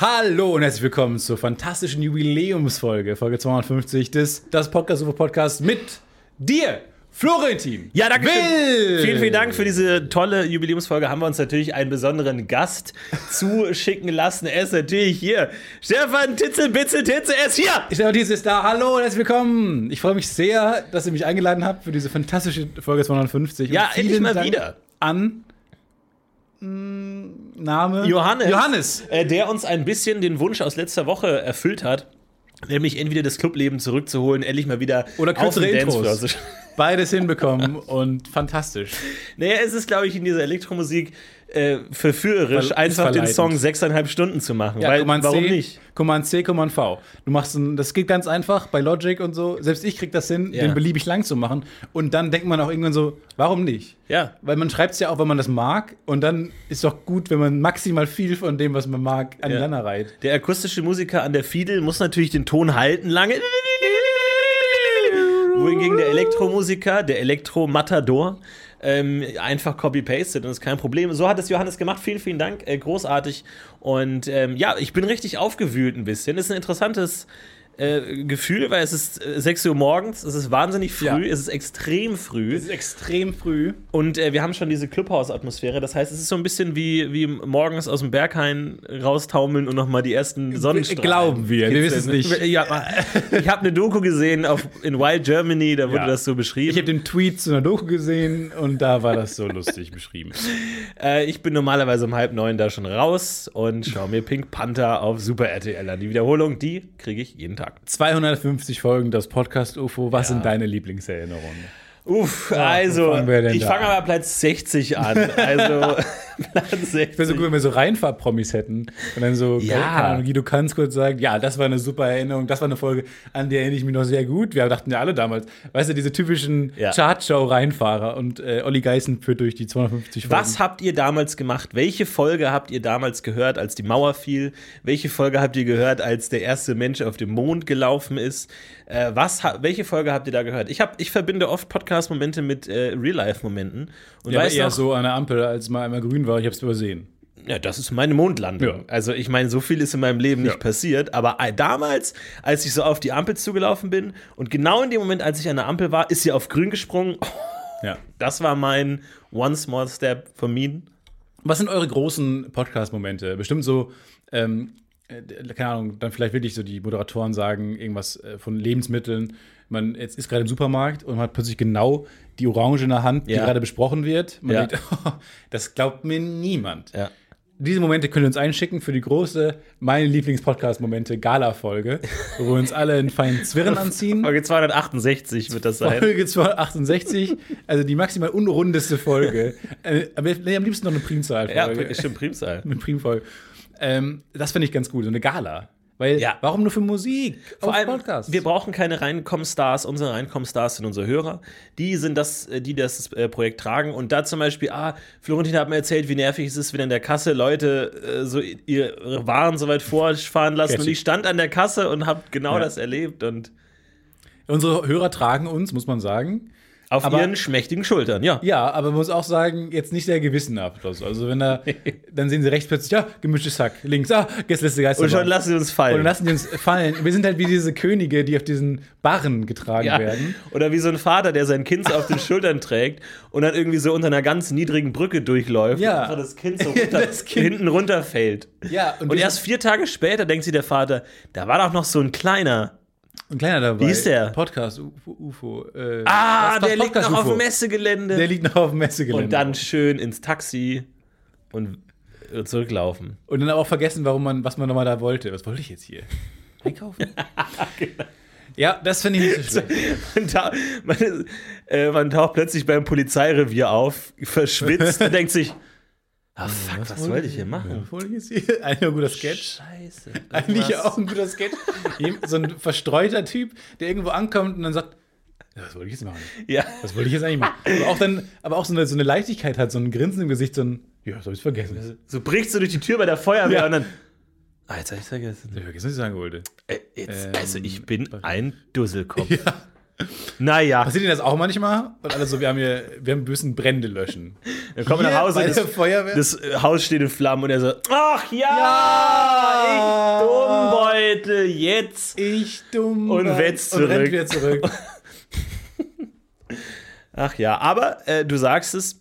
Hallo und herzlich willkommen zur fantastischen Jubiläumsfolge, Folge 250 des Das Podcast Super Podcast mit dir, Florentin. Ja, danke schön. Will. Vielen, vielen Dank für diese tolle Jubiläumsfolge. Haben wir uns natürlich einen besonderen Gast zuschicken lassen. Er ist natürlich hier. Stefan Titzel, Bitzel, Titzel, er ist hier. Stefan Thies ist da. Hallo und herzlich willkommen. Ich freue mich sehr, dass ihr mich eingeladen habt für diese fantastische Folge 250. Und Ja, endlich vielen mal Dank wieder. An mm, Name Johannes. Johannes. Äh, der uns ein bisschen den Wunsch aus letzter Woche erfüllt hat. Nämlich entweder das Clubleben zurückzuholen, endlich mal wieder Oder kürzere auf den Intros. Dancefloor zu sch- Beides hinbekommen und fantastisch. Naja, es ist, glaube ich, in dieser Elektromusik äh, verführerisch, Ver- einfach den verleitend. Song sechseinhalb Stunden zu machen. Weil, Command warum C, nicht? Command C, Command V. Du machst ein, das geht ganz einfach bei Logic und so. Selbst ich krieg das hin, Ja. den beliebig lang zu machen. Und dann denkt man auch irgendwann so, warum nicht? Ja. Weil man schreibt es ja auch, wenn man das mag. Und dann ist doch gut, wenn man maximal viel von dem, was man mag, aneinander reiht. Der akustische Musiker an der Fiedel muss natürlich den Ton halten lange. Wohingegen der Elektromusiker, der Elektromatador, ähm, einfach copy-pastet und ist kein Problem. So hat es Johannes gemacht. Vielen, vielen Dank. Äh, großartig. Und ähm, ja, ich bin richtig aufgewühlt ein bisschen. Ist ein interessantes äh, Gefühl, weil es ist äh, 6 Uhr morgens, es ist wahnsinnig früh, Ja. es ist extrem früh. Es ist extrem früh. Und äh, wir haben schon diese Clubhouse-Atmosphäre. Das heißt, es ist so ein bisschen wie, wie morgens aus dem Berghain raustaumeln und nochmal die ersten Sonnenstrahlen. Glauben wir, wir wissen es nicht. Ja, ich habe eine Doku gesehen auf, in Wild Germany, da wurde Ja. das so Ich habe beschrieben. den Tweet zu einer Doku gesehen und da war das so lustig beschrieben. Ich, äh, ich bin normalerweise um halb neun da schon raus und schaue mir Pink Panther auf Super RTL an. Die Wiederholung, die kriege ich jeden Tag. 250 Folgen das Podcast UFO. Was sind deine Lieblingserinnerungen? Uff, wo also, fangen wir denn ich da fange an? aber Platz 60 an. Also, Platz 60. Wäre so gut, wenn wir so Reinfahrpromis hätten und dann so, Ja. keine Ahnung, Guido Kanz kurz sagen, ja, das war eine super Erinnerung, das war eine Folge, an die erinnere ich mich noch sehr gut. Wir dachten ja alle damals, weißt du, diese typischen Ja. Chartshow-Reinfahrer und äh, Olli Geißen führt durch die 250 Folgen. Was habt ihr damals gemacht? Welche Folge habt ihr damals gehört, als die Mauer fiel? Welche Folge habt ihr gehört, als der erste Mensch auf dem Mond gelaufen ist? Äh, was, ha- welche Folge habt ihr da gehört? Ich, hab, ich verbinde oft Podcast-Momente mit äh, Real-Life-Momenten. Und Ja, aber weiß eher noch, so an der Ampel, als mal einmal grün war, ich hab's übersehen. ja, das ist meine Mondlandung. Ja. Also ich meine, so viel ist in meinem Leben nicht Ja. passiert. Aber äh, damals, als ich so auf die Ampel zugelaufen bin und genau in dem Moment, als ich an der Ampel war, ist sie auf grün gesprungen. Oh, Ja. Das war mein One Small Step von mir. Was sind eure großen Podcast-Momente? Bestimmt so, ähm, äh, keine Ahnung, dann vielleicht wirklich so die Moderatoren sagen irgendwas äh, von Lebensmitteln. Man jetzt ist gerade im Supermarkt und man hat plötzlich genau die Orange in der Hand, die Ja. gerade besprochen wird. Man Ja. denkt, "Oh, das glaubt mir niemand. Ja. Diese Momente könnt ihr uns einschicken für die große Meine Lieblings-Podcast-Momente Gala-Folge, wo wir uns alle in feinen Zwirren anziehen. Folge 268 wird das sein. Folge 268, also die maximal unrundeste Folge. äh, aber, nee, am liebsten noch eine Primzahl. Ja, stimmt, Primsaal. mit Primfolge. Ähm, das finde ich ganz gut, so eine Gala. Weil, Ja. warum nur für Musik? Vor allem, Podcasts. wir brauchen keine Reinkommen-Stars. Unsere Reinkommen-Stars sind unsere Hörer. Die sind das, äh, die das äh, Projekt tragen. Und da zum Beispiel, ah, Florentin hat mir erzählt, wie nervig es ist, wenn in der Kasse Leute äh, so i- ihre Waren so weit vorfahren lassen. Catchy. Und ich stand an der Kasse und habe genau Ja. das erlebt. Und Unsere Hörer tragen uns, muss man sagen. auf Aber- ihren schmächtigen Schultern, ja. Ja, aber man muss auch sagen, jetzt nicht sehr gewissenhaft. Also, also wenn da, dann sehen sie rechts plötzlich, ja, gemischtes Hack, links, ah, Gästeliste Geister. Und schon lassen sie uns fallen. und dann lassen die uns fallen. Wir sind halt wie diese Könige, die auf diesen Barren getragen Ja. werden. Oder wie so ein Vater, der sein Kind so auf den Schultern trägt und dann irgendwie so unter einer ganz niedrigen Brücke durchläuft Ja. und einfach das Kind so runter, Das Kind- hinten runterfällt. Ja, und, Und wir- erst vier Tage später denkt sich der Vater, da war doch noch so ein kleiner. ein kleiner dabei. Wie ist der? Podcast, UFO. UFO äh, Ah, was- der liegt noch auf Podcast-UFO. dem Messegelände. Der liegt noch auf dem Messegelände. und dann schön ins Taxi und zurücklaufen. Und dann aber auch vergessen, warum man, was man nochmal da wollte. Was wollte ich jetzt hier? Einkaufen? Ja, das finde ich nicht Genau. so schlimm. Man, tau man, äh, man taucht plötzlich beim Polizeirevier auf, verschwitzt und denkt sich, Ah, fuck, was, wollte ich hier machen? Was wollte ich jetzt hier? Eigentlich ein guter Sketch. Scheiße. Eigentlich Irgendwas- auch ein guter Sketch. Jem- so ein verstreuter Typ, der irgendwo ankommt und dann sagt, "Ja, was wollte ich jetzt machen? Ja. Was wollte ich jetzt eigentlich machen? Aber auch, dann, aber auch so, eine, so eine Leichtigkeit hat, so ein Grinsen im Gesicht, so ein, ja, das habe ich vergessen. Das hab So brichst du durch die Tür bei der Feuerwehr Ja. und dann. Ah, jetzt hab ich vergessen. ich vergessen, was ich sagen wollte. Äh, jetzt, Ähm, also, ich bin ein Dusselkopf. Ja. Naja, Passiert Ihnen das auch manchmal? Und alle so, wir haben hier, wir haben, wir müssen Brände löschen. dann kommen wir Hier nach Hause. bei Das, der Feuerwehr? das äh, Haus steht in Flammen und er so: Ach ja! Ja! Ich Dummbeutel, jetzt! Ich dumm. Und Mann. wetzt Und rennt zurück. wieder zurück. Ach ja, aber äh, du sagst es.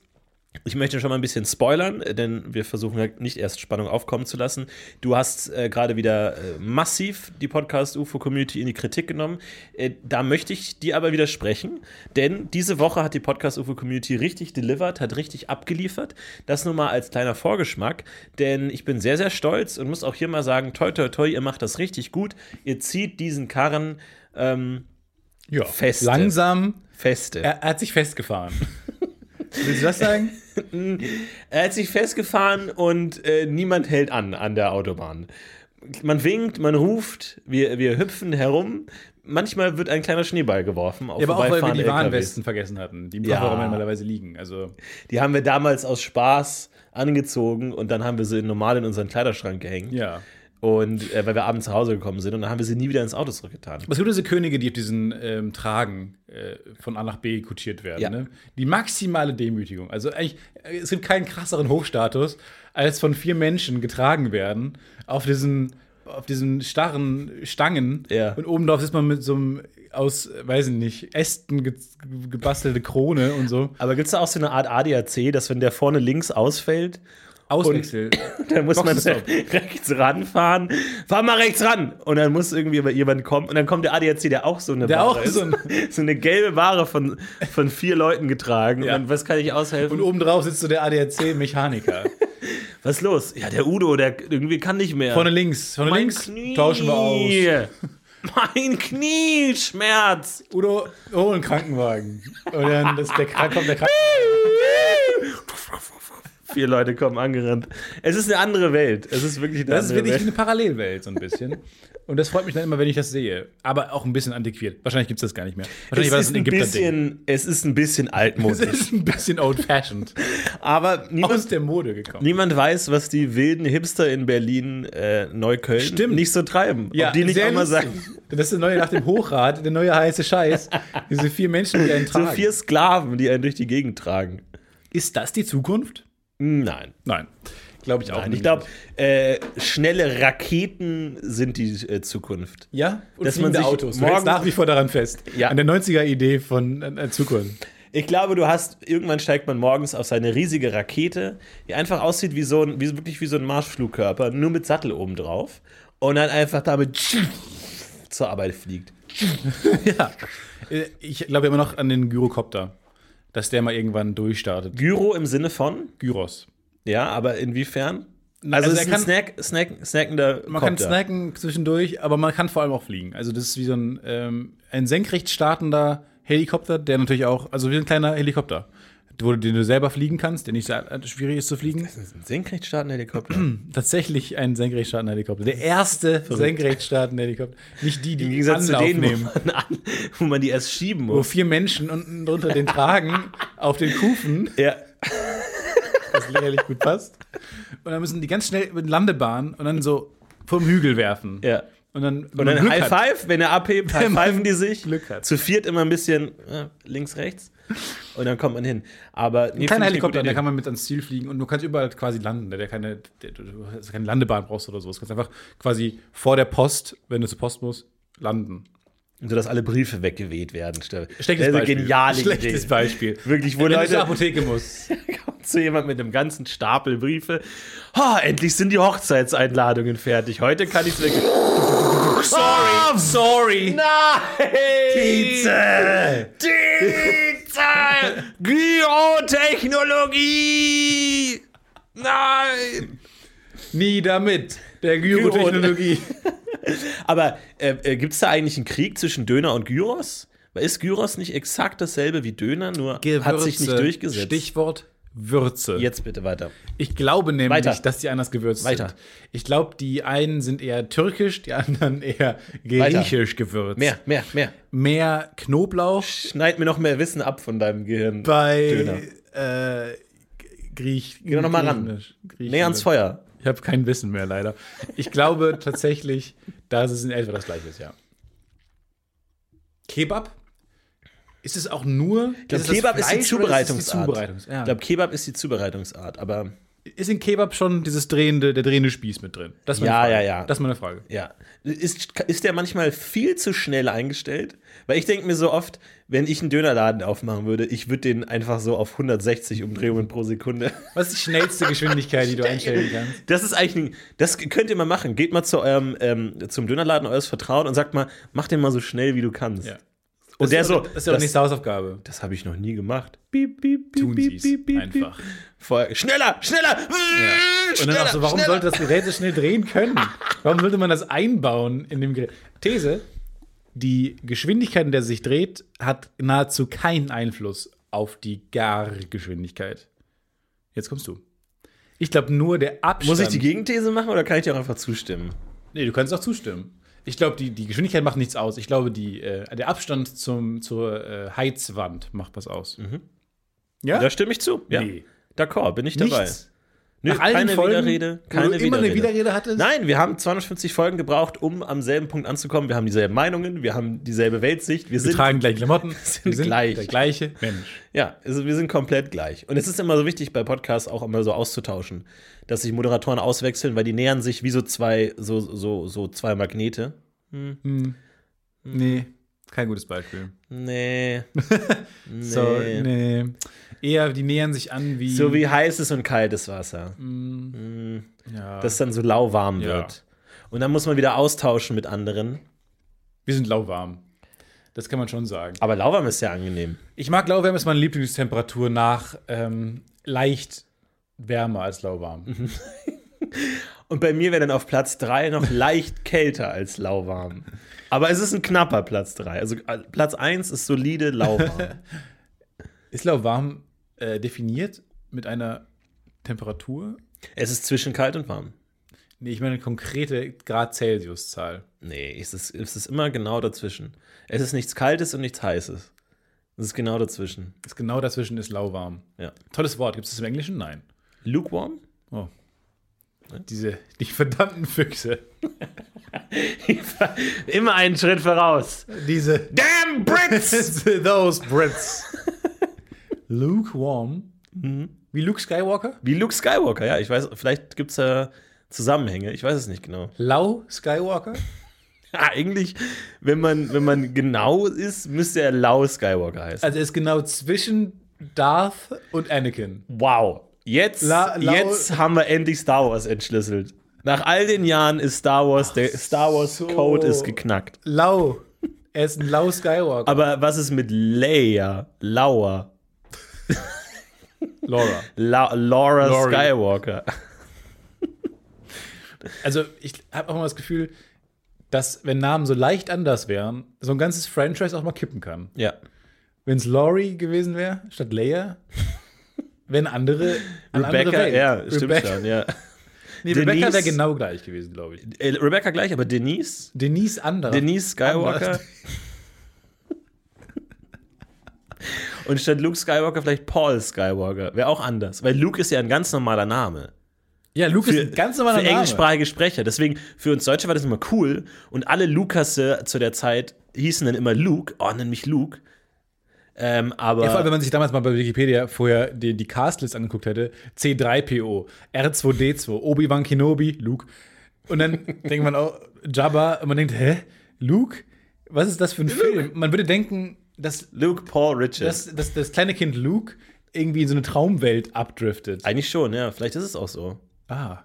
Ich möchte schon mal ein bisschen spoilern, äh, denn wir versuchen halt nicht erst Spannung aufkommen zu lassen. Du hast äh, gerade wieder äh, massiv die Podcast-UFO-Community in die Kritik genommen. Äh, da möchte ich dir aber widersprechen, denn diese Woche hat die Podcast-UFO-Community richtig delivered, hat richtig abgeliefert. Das nur mal als kleiner Vorgeschmack, denn ich bin sehr, sehr stolz und muss auch hier mal sagen, toi, toi, toi, ihr macht das richtig gut. Ihr zieht diesen Karren ähm, Ja, Feste. langsam. feste. Er, er hat sich festgefahren. Willst du das sagen? Er hat sich festgefahren und äh, niemand hält an an der Autobahn. Man winkt, man ruft, wir, wir hüpfen herum. Manchmal wird ein kleiner Schneeball geworfen auf Ja, aber auch, weil wir vorbeifahrende die LKWs. Warnwesten vergessen hatten, die im Ja. Kofferraum normalerweise liegen. Also, Die haben wir damals aus Spaß angezogen und dann haben wir sie normal in unseren Kleiderschrank gehängt. ja. Und äh, weil wir abends nach Hause gekommen sind und dann haben wir sie nie wieder ins Auto zurückgetan. Es gibt diese Könige, die auf diesen ähm, Tragen äh, von A nach B kutschiert werden. Ja. Ne? Die maximale Demütigung. Also eigentlich, äh, es gibt keinen krasseren Hochstatus, als von vier Menschen getragen werden auf diesen, auf diesen starren Stangen. Ja. Und oben drauf sitzt man mit so einem aus, äh, weiß ich nicht, Ästen ge gebastelte Krone und so. Aber gibt es da auch so eine Art ADAC, dass wenn der vorne links ausfällt, Auswechsel. Dann muss man Boxenstopp. rechts ranfahren. Fahr mal rechts ran! Und dann muss irgendwie aber jemand kommen. Und dann kommt der ADAC, der auch so eine Der Ware auch ist. so ein- so eine gelbe Ware von, von vier Leuten getragen. Ja. Und dann, was kann ich aushelfen? Und obendrauf sitzt so der ADAC-Mechaniker. was ist los? Ja, der Udo, der irgendwie kann nicht mehr. Vorne links, vorne mein links Knie. tauschen wir aus. Mein Knieschmerz. Udo, hol einen Krankenwagen. Und dann ist der, Kra- kommt der Krankenwagen. Vier Leute kommen angerannt. Es ist eine andere Welt. Es ist wirklich eine Das ist andere wirklich Welt. eine Parallelwelt, so ein bisschen. Und das freut mich dann immer, wenn ich das sehe. Aber auch ein bisschen antiquiert. Wahrscheinlich gibt es das gar nicht mehr. Wahrscheinlich Es ist, ein bisschen, es ist ein bisschen Es altmodisch. ist ein bisschen old-fashioned. Aber niemand, Aus der Mode gekommen. Niemand weiß, was die wilden Hipster in Berlin, äh, Neukölln Stimmt. nicht so treiben. Ob die nicht sehr auch mal lustig. sagen, Das ist der neue nach dem Hochrad, der neue heiße Scheiß. Diese vier Menschen, die einen so tragen. vier Sklaven, die einen durch die Gegend tragen. Hm, Ist das die Zukunft? Nein. Nein. Glaube ich auch Nein, nicht. ich glaube, äh, schnelle Raketen sind die äh, Zukunft. ja, und dass man fliegende sich Autos. Du morgen- hältst nach wie vor daran fest. Ja. An der 90er-Idee von äh, Zukunft. Ich glaube, du hast, irgendwann steigt man morgens auf seine riesige Rakete, die einfach aussieht wie so ein, wie, wirklich wie so ein Marschflugkörper, nur mit Sattel oben drauf. Und dann einfach damit zur Arbeit fliegt. ja. Äh, Ich glaube immer noch an den Gyrokopter, dass der mal irgendwann durchstartet. Gyro im Sinne von, Gyros. ja, aber inwiefern? Also Also, es er ist kann- ein Snack, Snack, snackender Man kann Copter. snacken zwischendurch, aber man kann vor allem auch fliegen. Also das ist wie so ein, ähm, ein senkrecht startender Helikopter, der natürlich auch, also wie ein kleiner Helikopter, wo du, den du selber fliegen kannst, der nicht sehr äh, schwierig ist zu fliegen. Das ist ein senkrecht startender Helikopter. Tatsächlich ein senkrecht startender Helikopter. Der erste senkrecht startender Helikopter. Nicht die, die Im Gegensatz zu Anlauf denen, nehmen. wo man, an, wo man die erst schieben Wo muss. vier Menschen unten drunter den tragen auf den Kufen, Ja. was lächerlich gut passt. Und dann müssen die ganz schnell über die Landebahn und dann so vom Hügel werfen. ja. Und dann, Und dann High Five, wenn er abhebt, High Wenn man Fiven die sich. Glück hat. Zu viert immer ein bisschen äh, links, rechts. Und dann kommt man hin. Aber Kein nee, finde ich eine Helikopter, gute da Idee. kann man mit ans Ziel fliegen und du kannst überall quasi landen, da der keine, der, du- du also keine Landebahn brauchst oder sowas. Du kannst einfach quasi vor der Post, wenn du zur Post musst, landen. So dass alle Briefe weggeweht werden. Schlechtes Schlechtes Beispiel. geniale Schlechtes Idee. Beispiel. Wirklich, wo wenn du zur Leute Apotheke musst. kommt zu jemand mit einem ganzen Stapel Briefe. Ha, endlich sind die Hochzeitseinladungen fertig. Heute kann ich's weg. sorry, sorry. Nein! Pizza. Digital Gyrotechnologie! Nein! Nie damit. Der Gyrotechnologie. Aber äh, äh, gibt es da eigentlich einen Krieg zwischen Döner und Gyros? Weil Ist Gyros nicht exakt dasselbe wie Döner, nur hat sich nicht durchgesetzt? Stichwort Würze. Jetzt bitte weiter. Ich glaube nämlich, Weiter. dass die anders gewürzt Weiter. sind. Ich glaube, die einen sind eher türkisch, die anderen eher griechisch gewürzt. Mehr, mehr, mehr. Mehr Knoblauch Schneid mir noch mehr Wissen ab von deinem Gehirn. Döner. bei äh, Griech. Geh doch noch mal ran. Griechisch. Griechisch. Näher ans Feuer. Ich habe kein Wissen mehr, leider. Ich glaube tatsächlich, dass es in etwa das gleiche ist, ja. Kebab? Ist es auch nur. Ich glaube, ist es das Kebab ist Fleisch die oder es Zubereitungsart. die Zubereitungs ja. Ich glaube, Kebab ist die Zubereitungsart, aber ist in Kebab schon dieses drehende, der drehende Spieß mit drin? Das ist meine Ja, Frage. ja, ja. Das ist meine Frage. ja. Ist, ist der manchmal viel zu schnell eingestellt? Weil ich denke mir so oft, wenn ich einen Dönerladen aufmachen würde, ich würde den einfach so auf 160 Umdrehungen pro Sekunde. Was ist die schnellste Geschwindigkeit, die du einstellen kannst? Das ist eigentlich, ein- das könnt ihr mal machen. Geht mal zu eurem, ähm, zum Dönerladen eures Vertrauen und sagt mal, mach den mal so schnell, wie du kannst. Ja. Und der ist so, Das ist ja auch das- nächste Hausaufgabe. Das habe ich noch nie gemacht. Piep, piep, piep, Tun piep, sie piep, es piep, einfach. piep. Vorher, schneller, schneller! Äh, Und dann auch so, warum schneller. sollte das Gerät so schnell drehen können? Warum sollte man das einbauen in dem Gerät? These: Die Geschwindigkeit, in der sie sich dreht, hat nahezu keinen Einfluss auf die Gargeschwindigkeit. Jetzt kommst du. Ich glaube nur der Abstand. Muss ich die Gegenthese machen oder kann ich dir auch einfach zustimmen? Nee, du kannst auch zustimmen. Ich glaube, die, die Geschwindigkeit macht nichts aus. Ich glaube, die, äh, der Abstand zum, zur äh, Heizwand macht was aus. Mhm. Ja? Da stimme ich zu. Ja. Nee. D'accord, bin ich dabei. Nichts. Nö, Nach all den keine Folgen, Widerrede. wo Keine du immer eine Widerrede. Widerrede hattest? Nein, wir haben 250 Folgen gebraucht, um am selben Punkt anzukommen. Wir haben dieselben Meinungen, wir haben dieselbe Weltsicht, wir Wir sind tragen gleich Klamotten. Wir gleich. der gleiche Mensch. Ja, also wir sind komplett gleich. Und es ist immer so wichtig, bei Podcasts auch immer so auszutauschen, dass sich Moderatoren auswechseln, weil die nähern sich wie so zwei, so, so, so zwei Magnete. Nee, kein gutes Beispiel. Nee. Mhm. nee. So, nee. Eher, die nähern sich an wie. So wie heißes und kaltes Wasser. Mhm. ja. Das dann so lauwarm Ja. wird. Und dann muss man wieder austauschen mit anderen. wir sind lauwarm. Das kann man schon sagen. Aber lauwarm ist ja angenehm. Ich mag lauwarm, ist meine Lieblingstemperatur nach ähm, leicht wärmer als lauwarm. Und bei mir wäre dann auf Platz 3 noch leicht kälter als lauwarm. Aber es ist ein knapper Platz 3. Also äh, Platz 1 ist solide lauwarm. Ist lauwarm äh, definiert mit einer Temperatur? es ist zwischen kalt und warm. Nee, ich meine eine konkrete Grad Celsius-Zahl. Nee, es ist, es ist immer genau dazwischen. Es ist nichts Kaltes und nichts Heißes. Es ist genau dazwischen. Ist genau dazwischen ist lauwarm. Ja. Tolles Wort. Gibt es das im Englischen? Nein. Lukewarm? Oh. Diese, die verdammten Füchse. immer einen Schritt voraus. Diese. Damn Brits! Those Brits. Lukewarm. Mhm. Wie Luke Skywalker? Wie Luke Skywalker, ja. Ich weiß, vielleicht gibt es da Zusammenhänge. Ich weiß es nicht genau. Lau Skywalker? Ja, eigentlich, wenn man, wenn man genau ist, müsste er Lau Skywalker heißen. Also er ist genau zwischen Darth und Anakin. Wow. Jetzt, La- lau- jetzt haben wir endlich Star Wars entschlüsselt. Nach all den Jahren ist Star Wars, der Star Wars so. Code ist geknackt. Lau. Er ist ein Lau Skywalker. Aber was ist mit Leia, Laura, Laura. La Laura Laurie. Skywalker? Also ich habe auch immer das Gefühl, dass wenn Namen so leicht anders wären, so ein ganzes Franchise auch mal kippen kann. Ja. Wenn es Laurie gewesen wäre statt Leia, wenn andere an andere Rebecca, Welt. ja, stimmt Rebecca, schon, ja. nee, Rebecca Denise- wäre genau gleich gewesen, glaube ich. Äh, Rebecca gleich, aber Denise? Denise anderer. Denise Skywalker? Anders. Und statt Luke Skywalker vielleicht Paul Skywalker. Wäre auch anders. Weil Luke ist ja ein ganz normaler Name. Ja, Luke ist ein ganz normaler für Name. englischsprachige Sprecher. Deswegen, für uns Deutsche war das immer cool. Und alle Lukasse zu der Zeit hießen dann immer Luke. Oh, nenn mich Luke. Ähm, aber Ja, vor allem, wenn man sich damals mal bei Wikipedia vorher die, die Castlist angeguckt hätte, C3PO, R2D2, Obi-Wan Kenobi, Luke. Und dann denkt man auch, Jabba, und man denkt, hä? Luke? Was ist das für ein Film? Man würde denken, dass Luke Paul Richard. dass, dass das kleine Kind Luke irgendwie in so eine Traumwelt abdriftet. Eigentlich schon, ja. Vielleicht ist es auch so. Ah.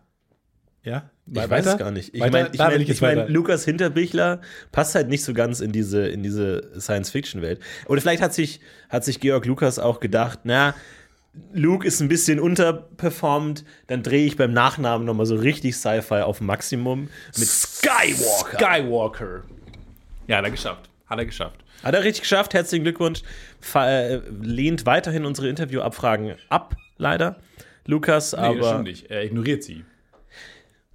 Ja? Ich weiß es gar nicht. Ich Weiter? meine, ich da mein, will ich ich jetzt mein, weiter. Lukas Hinterbichler passt halt nicht so ganz in diese, in diese Science-Fiction-Welt. Oder vielleicht hat sich, hat sich Georg Lukas auch gedacht, na, Luke ist ein bisschen unterperformt, dann drehe ich beim Nachnamen nochmal so richtig Sci-Fi auf Maximum mit Skywalker. Skywalker. Ja, hat er geschafft. Hat er geschafft. Hat er richtig geschafft, herzlichen Glückwunsch. Fa äh, lehnt weiterhin unsere Interviewabfragen ab. leider. Lukas, Nee, das aber. stimmt nicht. Er ignoriert sie.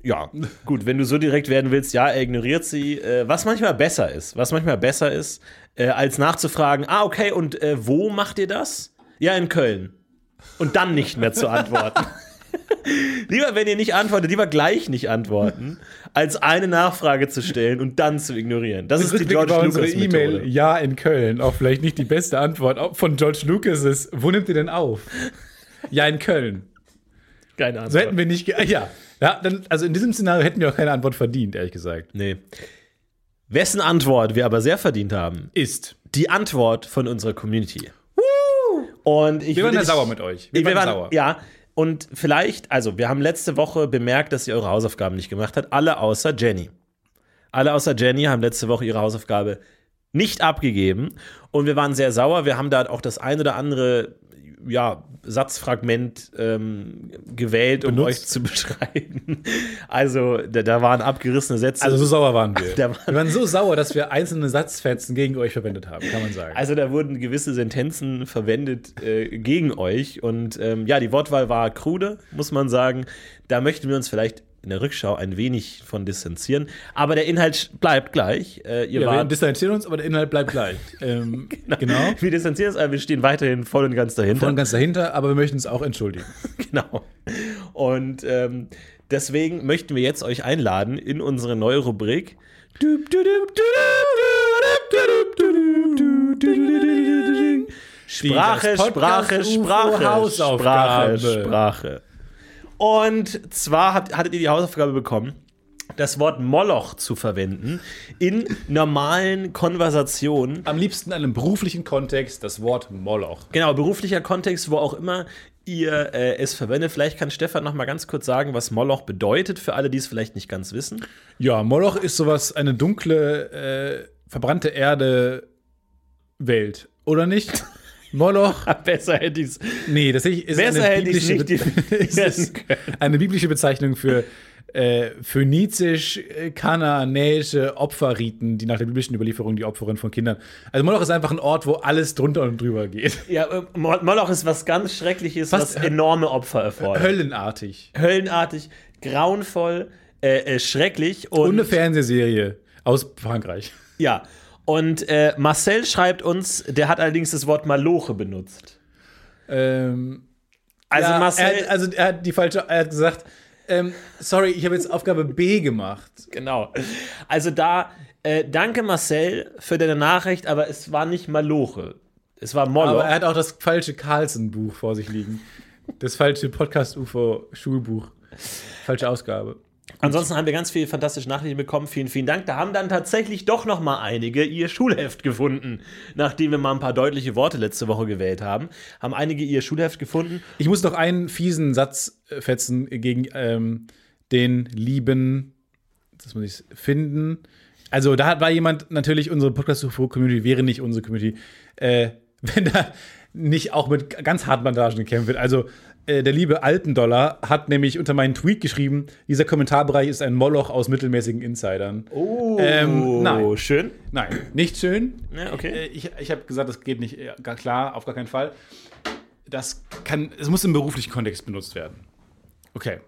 Ja, gut, wenn du so direkt werden willst, ja, er ignoriert sie. Äh, was manchmal besser ist, was manchmal besser ist, äh, als nachzufragen, ah, okay, und äh, wo macht ihr das? Ja, in Köln. Und dann nicht mehr zu antworten. lieber, wenn ihr nicht antwortet, lieber gleich nicht antworten, als eine Nachfrage zu stellen und dann zu ignorieren. Das ist die Also Rückblickend George war unsere E-Mail Lucas-Methode. Ja in Köln auch vielleicht nicht die beste Antwort Auch von George Lucas ist, wo nimmt ihr denn auf? Ja in Köln. Keine Ahnung. So hätten wir nicht, ge ah, ja. ja dann, also in diesem Szenario hätten wir auch keine Antwort verdient, ehrlich gesagt. Nee. Wessen Antwort wir aber sehr verdient haben, Ist. die Antwort von unserer Community. Und ich Wir waren will da dich- sauer mit euch. Wir, waren, sauer. Ja, und vielleicht, also wir haben letzte Woche bemerkt, dass ihr eure Hausaufgaben nicht gemacht habt. Alle außer Jenny. Alle außer Jenny haben letzte Woche ihre Hausaufgabe nicht abgegeben. Und wir waren sehr sauer. Wir haben da auch das ein oder andere ja, Satzfragment ähm, gewählt, um Benutzt. euch zu beschreiben. Also da, da waren abgerissene Sätze. Also so sauer waren wir. Da waren- wir waren so sauer, dass wir einzelne Satzfetzen gegen euch verwendet haben, kann man sagen. Also da wurden gewisse Sentenzen verwendet äh, gegen euch. Und ähm, ja, die Wortwahl war krude, muss man sagen. Da möchten wir uns vielleicht in der Rückschau ein wenig von distanzieren. Aber der Inhalt bleibt gleich. Äh, ja, ihr wir wart, distanzieren uns, aber der Inhalt bleibt gleich. ähm, genau. wir distanzieren uns, aber wir stehen weiterhin voll und ganz dahinter. Von ganz dahinter, aber wir möchten uns auch entschuldigen. genau. Und ähm, deswegen möchten wir jetzt euch einladen in unsere neue Rubrik. Sprache, Das Podcast Sprache, UFO Sprache, Sprache, Hausaufgabe. Sprache. Und zwar habt, hattet ihr die Hausaufgabe bekommen, das Wort Moloch zu verwenden in normalen Konversationen. Am liebsten in einem beruflichen Kontext das Wort Moloch. Genau, beruflicher Kontext, wo auch immer ihr äh, es verwendet. Vielleicht kann Stefan noch mal ganz kurz sagen, was Moloch bedeutet, für alle, die es vielleicht nicht ganz wissen. Ja, Moloch ist sowas, eine dunkle, äh, verbrannte Erde-Welt, oder nicht? Moloch, Besser hätte ich es. nee, das ist, ist Besser eine, hätte ich biblische nicht definieren Be- eine biblische Bezeichnung für äh, phönizisch-kanaanäische Opferriten, die nach der biblischen Überlieferung die Opferin von Kindern. Also Moloch ist einfach ein Ort, wo alles drunter und drüber geht. Ja, äh, Mo- Moloch ist was ganz Schreckliches, Was- was, äh, enorme Opfer erfordert. Höllenartig. Höllenartig, grauenvoll, äh, äh, schrecklich und Und eine Fernsehserie aus Frankreich. ja. Und äh, Marcel schreibt uns, der hat allerdings das Wort Maloche benutzt. Ähm, Also ja, Marcel, er hat, also er hat die falsche, er hat gesagt, ähm, sorry, ich habe jetzt Aufgabe B gemacht. genau. Also da, äh, danke Marcel für deine Nachricht, aber es war nicht Maloche. Es war Moloch. Aber er hat auch das falsche Carlsen-Buch vor sich liegen. Das falsche Podcast-UFO-Schulbuch. Falsche Ausgabe. Ansonsten haben wir ganz viele fantastische Nachrichten bekommen. Vielen, vielen Dank. Da haben dann tatsächlich doch noch mal einige ihr Schulheft gefunden, nachdem wir mal ein paar deutliche Worte letzte Woche gewählt haben. Haben einige ihr Schulheft gefunden. Ich muss noch einen fiesen Satz äh, fetzen gegen ähm, den lieben, das muss ich finden. Also da hat- war jemand natürlich unsere Podcast-UFO-Community wäre nicht unsere Community, äh, wenn da nicht auch mit ganz harten Bandagen gekämpft wird. Also äh, der liebe Altendollar hat nämlich unter meinen Tweet geschrieben, dieser Kommentarbereich ist ein Moloch aus mittelmäßigen Insidern. Oh, Ähm, nein. schön. Nein, nicht schön. Ja, okay. Äh, Ich, ich habe gesagt, das geht nicht, äh, gar klar, auf gar keinen Fall. Das kann, es muss im beruflichen Kontext benutzt werden. Okay.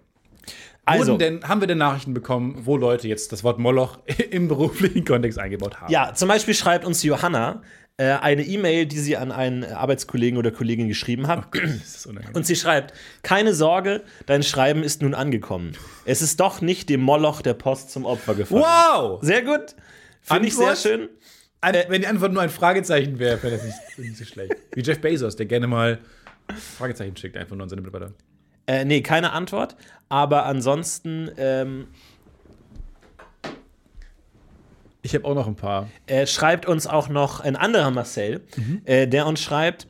Also, Wurden denn, haben wir denn Nachrichten bekommen, wo Leute jetzt das Wort Moloch im beruflichen Kontext eingebaut haben? ja, zum Beispiel schreibt uns Johanna äh, eine E-Mail, die sie an einen Arbeitskollegen oder Kollegin geschrieben hat. Das ist unangenehm. Und sie schreibt: Keine Sorge, dein Schreiben ist nun angekommen. Es ist doch nicht dem Moloch der Post zum Opfer gefallen. wow! Sehr gut. Finde ich sehr Antwort? schön. An, wenn die Antwort nur ein Fragezeichen wäre, wäre das nicht, nicht so schlecht. Wie Jeff Bezos, der gerne mal Fragezeichen schickt, einfach nur an seine Mitarbeiter. Äh, nee, keine Antwort. Aber ansonsten ähm, Ich habe auch noch ein paar. äh, schreibt uns auch noch ein anderer Marcel, Mhm. äh, der uns schreibt,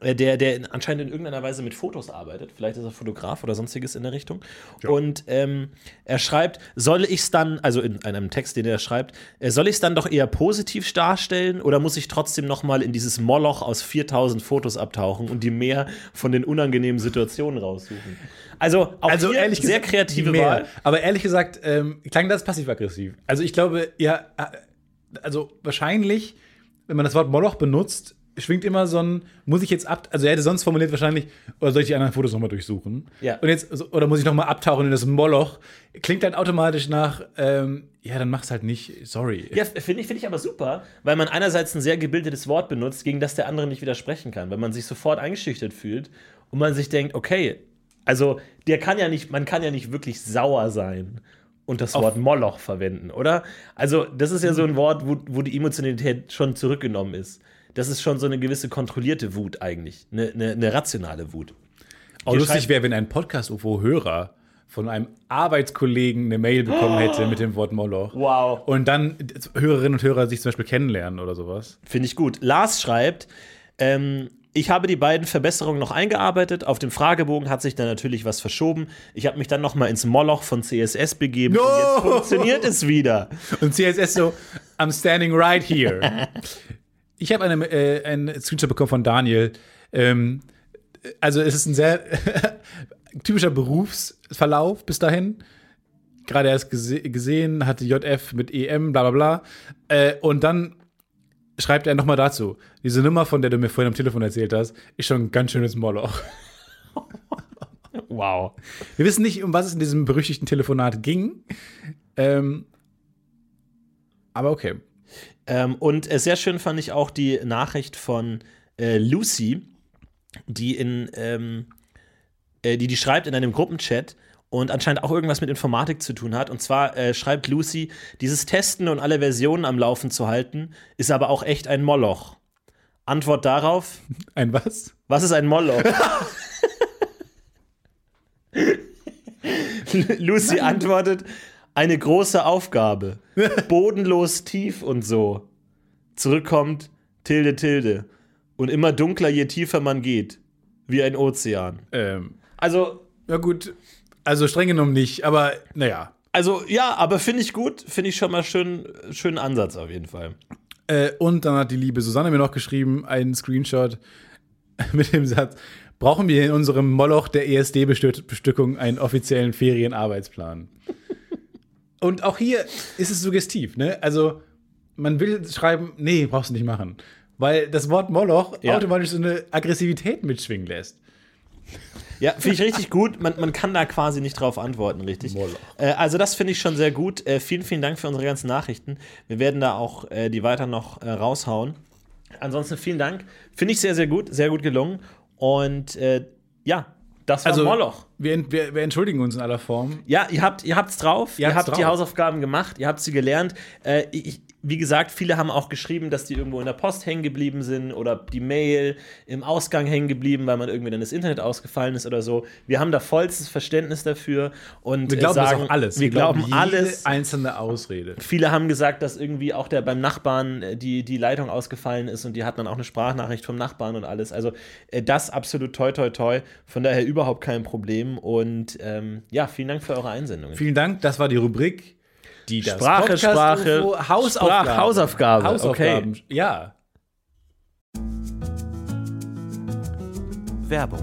äh, der, der in, anscheinend in irgendeiner Weise mit Fotos arbeitet. Vielleicht ist er Fotograf oder sonstiges in der Richtung. Und ähm, er schreibt, soll ich es dann, also in einem Text, den er schreibt, äh, soll ich es dann doch eher positiv darstellen oder muss ich trotzdem nochmal in dieses Moloch aus 4000 Fotos abtauchen und die mehr von den unangenehmen Situationen raussuchen? Also, auch Also hier ehrlich sehr gesagt, kreative mehr. Wahl. Aber ehrlich gesagt, ähm, klang das passiv-aggressiv. Also ich glaube, ja, äh, also wahrscheinlich, wenn man das Wort Moloch benutzt, schwingt immer so ein, muss ich jetzt ab, also er hätte sonst formuliert wahrscheinlich, oder soll ich die anderen Fotos nochmal durchsuchen? Ja. Und jetzt, so- oder muss ich nochmal abtauchen in das Moloch? Klingt halt automatisch nach, ähm, ja, dann mach's halt nicht, sorry. Ja, finde ich, find ich aber super, weil man einerseits ein sehr gebildetes Wort benutzt, gegen das der andere nicht widersprechen kann, wenn man sich sofort eingeschüchtert fühlt und man sich denkt, okay, also der kann ja nicht, man kann ja nicht wirklich sauer sein und das Wort Moloch verwenden, oder? Also, das ist ja so ein Wort, wo, wo die Emotionalität schon zurückgenommen ist. Das ist schon so eine gewisse kontrollierte Wut eigentlich, eine, eine, eine rationale Wut. Auch Hier lustig schreibt- wäre, wenn ein Podcast-UFO-Hörer von einem Arbeitskollegen eine Mail bekommen hätte mit dem Wort Moloch. Wow. Und dann Hörerinnen und Hörer sich zum Beispiel kennenlernen oder sowas. Finde ich gut. Lars schreibt, ähm, ich habe die beiden Verbesserungen noch eingearbeitet. Auf dem Fragebogen hat sich dann natürlich was verschoben. Ich habe mich dann noch mal ins Moloch von CSS begeben. No! Und jetzt funktioniert es wieder. Und CSS so, I'm standing right here. Ich habe eine, äh, einen Screenshot bekommen von Daniel. Ähm, also es ist ein sehr typischer Berufsverlauf bis dahin. Gerade erst gese gesehen, hatte JF mit EM, bla bla bla. Äh, und dann schreibt er nochmal dazu, diese Nummer, von der du mir vorhin am Telefon erzählt hast, ist schon ein ganz schönes Moloch. Wow. Wir wissen nicht, um was es in diesem berüchtigten Telefonat ging. Ähm, aber okay. Ähm, und äh, sehr schön fand ich auch die Nachricht von äh, Lucy, die in, ähm, äh, die, die schreibt in einem Gruppenchat und anscheinend auch irgendwas mit Informatik zu tun hat. Und zwar äh, schreibt Lucy, dieses Testen und alle Versionen am Laufen zu halten, ist aber auch echt ein Moloch. Antwort darauf, Ein was? was ist ein Moloch? Lucy antwortet, eine große Aufgabe. Bodenlos tief und so. Zurückkommt, tilde, tilde. Und immer dunkler, je tiefer man geht. Wie ein Ozean. Ähm, Also, ja, gut. Also streng genommen nicht, aber naja. also ja, aber finde ich gut. Finde ich schon mal schön, schönen Ansatz auf jeden Fall. Äh, und dann hat die liebe Susanne mir noch geschrieben, einen Screenshot mit dem Satz: Brauchen wir in unserem Moloch der ESD-Bestückung einen offiziellen Ferienarbeitsplan? und auch hier ist es suggestiv, ne? Also, man will schreiben, nee, brauchst du nicht machen. Weil das Wort Moloch Ja. automatisch so eine Aggressivität mitschwingen lässt. Ja, finde ich richtig gut. Man, man kann da quasi nicht drauf antworten, richtig. Moloch. Äh, also das finde ich schon sehr gut. Äh, vielen, vielen Dank für unsere ganzen Nachrichten. Wir werden da auch äh, die weiter noch äh, raushauen. Ansonsten vielen Dank. Finde ich sehr, sehr gut. Sehr gut gelungen. Und äh, ja, das war Also- Moloch. Wir, ent- wir, wir entschuldigen uns in aller Form. Ja, ihr habt ihr habt's drauf, ihr, Ihr habt's habt die drauf. Hausaufgaben gemacht, ihr habt sie gelernt. Äh, ich, wie gesagt, viele haben auch geschrieben, dass die irgendwo in der Post hängen geblieben sind oder die Mail im Ausgang hängen geblieben, weil man irgendwie dann das Internet ausgefallen ist oder so. Wir haben da vollstes Verständnis dafür und Wir glauben äh, sagen, das auch alles. Wir, glauben, jede alles. einzelne Ausrede. Viele haben gesagt, dass irgendwie auch der beim Nachbarn äh, die, die Leitung ausgefallen ist und die hatten dann auch eine Sprachnachricht vom Nachbarn und alles. Also äh, das absolut toi toi toi. Von daher überhaupt kein Problem. Und ähm, ja, vielen Dank für eure Einsendungen. Vielen Dank, das war die Rubrik. Die das Sprache, Podcast- Sprache, UFO- Hausaufgaben. Sprach- Hausaufgabe, Hausaufgaben. Ja. Werbung.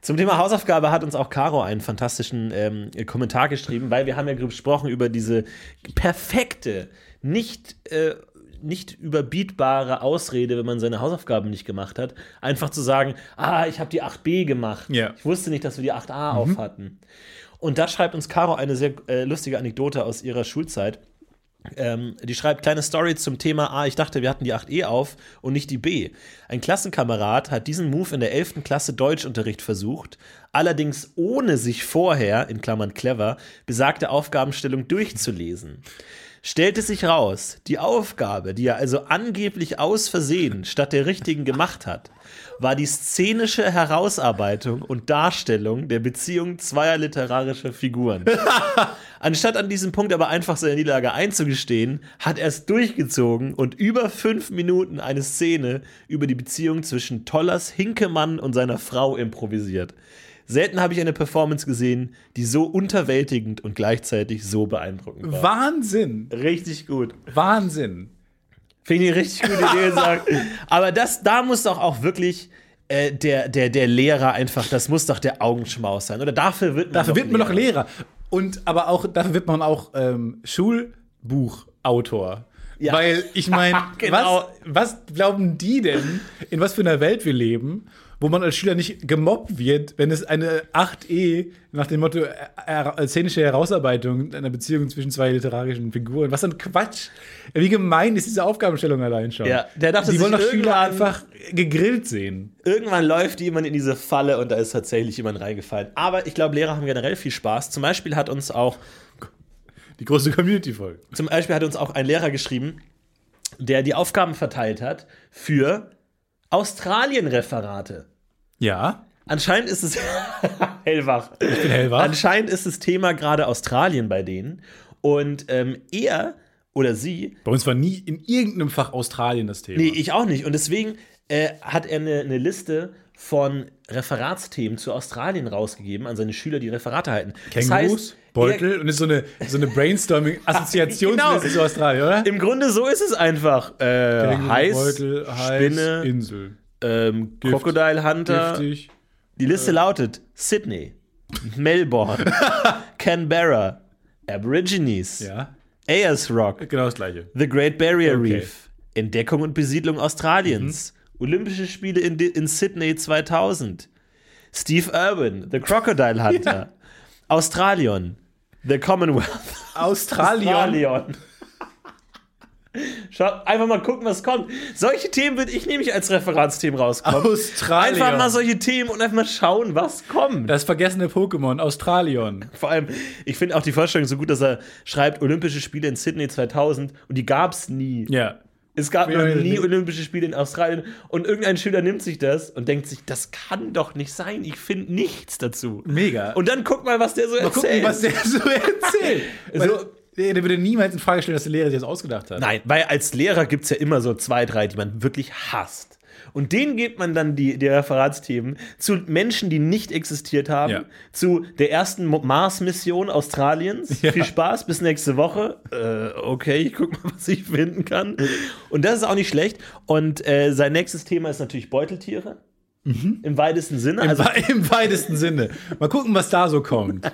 Zum Thema Hausaufgabe hat uns auch Caro einen fantastischen ähm, Kommentar geschrieben, weil wir haben ja gesprochen über diese perfekte, nicht, äh, nicht überbietbare Ausrede, wenn man seine Hausaufgaben nicht gemacht hat, einfach zu sagen, ah, ich habe die 8b gemacht. Ja. Ich wusste nicht, dass wir die Mhm. 8a auf hatten. Und da schreibt uns Caro eine sehr äh, lustige Anekdote aus ihrer Schulzeit. Ähm, die schreibt kleine Story zum Thema, ah, ich dachte, wir hatten die 8e auf und nicht die b. Ein Klassenkamerad hat diesen Move in der 11. Klasse Deutschunterricht versucht, allerdings ohne sich vorher, in Klammern clever, besagte Aufgabenstellung durchzulesen. Stellte sich raus, die Aufgabe, die er also angeblich aus Versehen statt der richtigen gemacht hat, war die szenische Herausarbeitung und Darstellung der Beziehung zweier literarischer Figuren. Anstatt an diesem Punkt aber einfach seine Niederlage einzugestehen, hat er es durchgezogen und über fünf Minuten eine Szene über die Beziehung zwischen Tollers Hinkemann und seiner Frau improvisiert. Selten habe ich eine Performance gesehen, die so unterwältigend und gleichzeitig so beeindruckend war. Wahnsinn! Richtig gut. Wahnsinn! Finde ich eine richtig gute Idee. Sagen. Aber das, da muss doch auch wirklich äh, der, der, der Lehrer einfach, das muss doch der Augenschmaus sein. Oder dafür wird man Dafür wird man doch Lehrer. Lehrer. Und aber auch, dafür wird man auch ähm, Schulbuchautor. Ja. Weil ich meine, Genau. was, was glauben die denn, in was für einer Welt wir leben, wo man als Schüler nicht gemobbt wird, wenn es eine 8e nach dem Motto äh, äh, szenische Herausarbeitung einer Beziehung zwischen zwei literarischen Figuren. Was ein Quatsch. Wie gemein ist diese Aufgabenstellung allein schon. Ja, der dachte die wollen doch sich Schüler irgendwann- einfach gegrillt sehen. Irgendwann läuft jemand in diese Falle und da ist tatsächlich jemand reingefallen. Aber ich glaube, Lehrer haben generell viel Spaß. Zum Beispiel hat uns auch Die große Community-Folge. Zum Beispiel hat uns auch ein Lehrer geschrieben, der die Aufgaben verteilt hat für Australien-Referate. Ja. Anscheinend ist es hellwach. Ich bin hellwach. Anscheinend ist das Thema gerade Australien bei denen. Und ähm, er oder sie, Bei uns war nie in irgendeinem Fach Australien das Thema. nee, ich auch nicht. Und deswegen äh, hat er eine eine Liste von Referatsthemen zu Australien rausgegeben an seine Schüler, die Referate halten. Das Kängurus, heißt, er- Beutel und ist so eine, so eine Brainstorming-Assoziationsliste Genau. zu Australien, oder? Im Grunde so ist es einfach. Äh, Känguru, heiß, Beutel, heiß, Spinne, Insel. ähm, Crocodile Hunter. Giftig. Die Liste äh, lautet Sydney, Melbourne, Canberra, Aborigines, Ja, AS Rock, genau das gleiche. The Great Barrier Okay. Mhm. Reef, Entdeckung und Besiedlung Australiens, Olympische Spiele in, Di- in Sydney 2000, Steve Irwin, The Crocodile Hunter, Australion, The Commonwealth, Australien. Schaut, einfach mal gucken, was kommt. Solche Themen würde ich nämlich als Referatsthemen Oh, rauskommen. Australien. Einfach mal solche Themen und einfach mal schauen, was kommt. das vergessene Pokémon, Australien. Vor allem, ich finde auch die Vorstellung so gut, dass er schreibt Olympische Spiele in Sydney 2000 und die gab es nie. Ja. Es gab noch Ja, nie nee. Olympische Spiele in Australien und irgendein Schüler nimmt sich das und denkt sich, das kann doch nicht sein. Ich finde nichts dazu. Mega. Und dann guck mal, was der so Mal gucken, erzählt. was der so erzählt. Weil, So- der der würde niemals in Frage stellen, dass der Lehrer sich das ausgedacht hat. Nein, weil als Lehrer gibt es ja immer so zwei, drei, die man wirklich hasst. Und denen gibt man dann die, die Referatsthemen zu Menschen, die nicht existiert haben, Ja. zu der ersten Mo- Mars-Mission Australiens. Viel Spaß, bis nächste Woche. Äh, okay, ich guck mal, was ich finden kann. Und das ist auch nicht schlecht. Und äh, sein nächstes Thema ist natürlich Beuteltiere. Im weitesten Sinne. also Mhm. Im, im weitesten Sinne. Mal gucken, was da so kommt.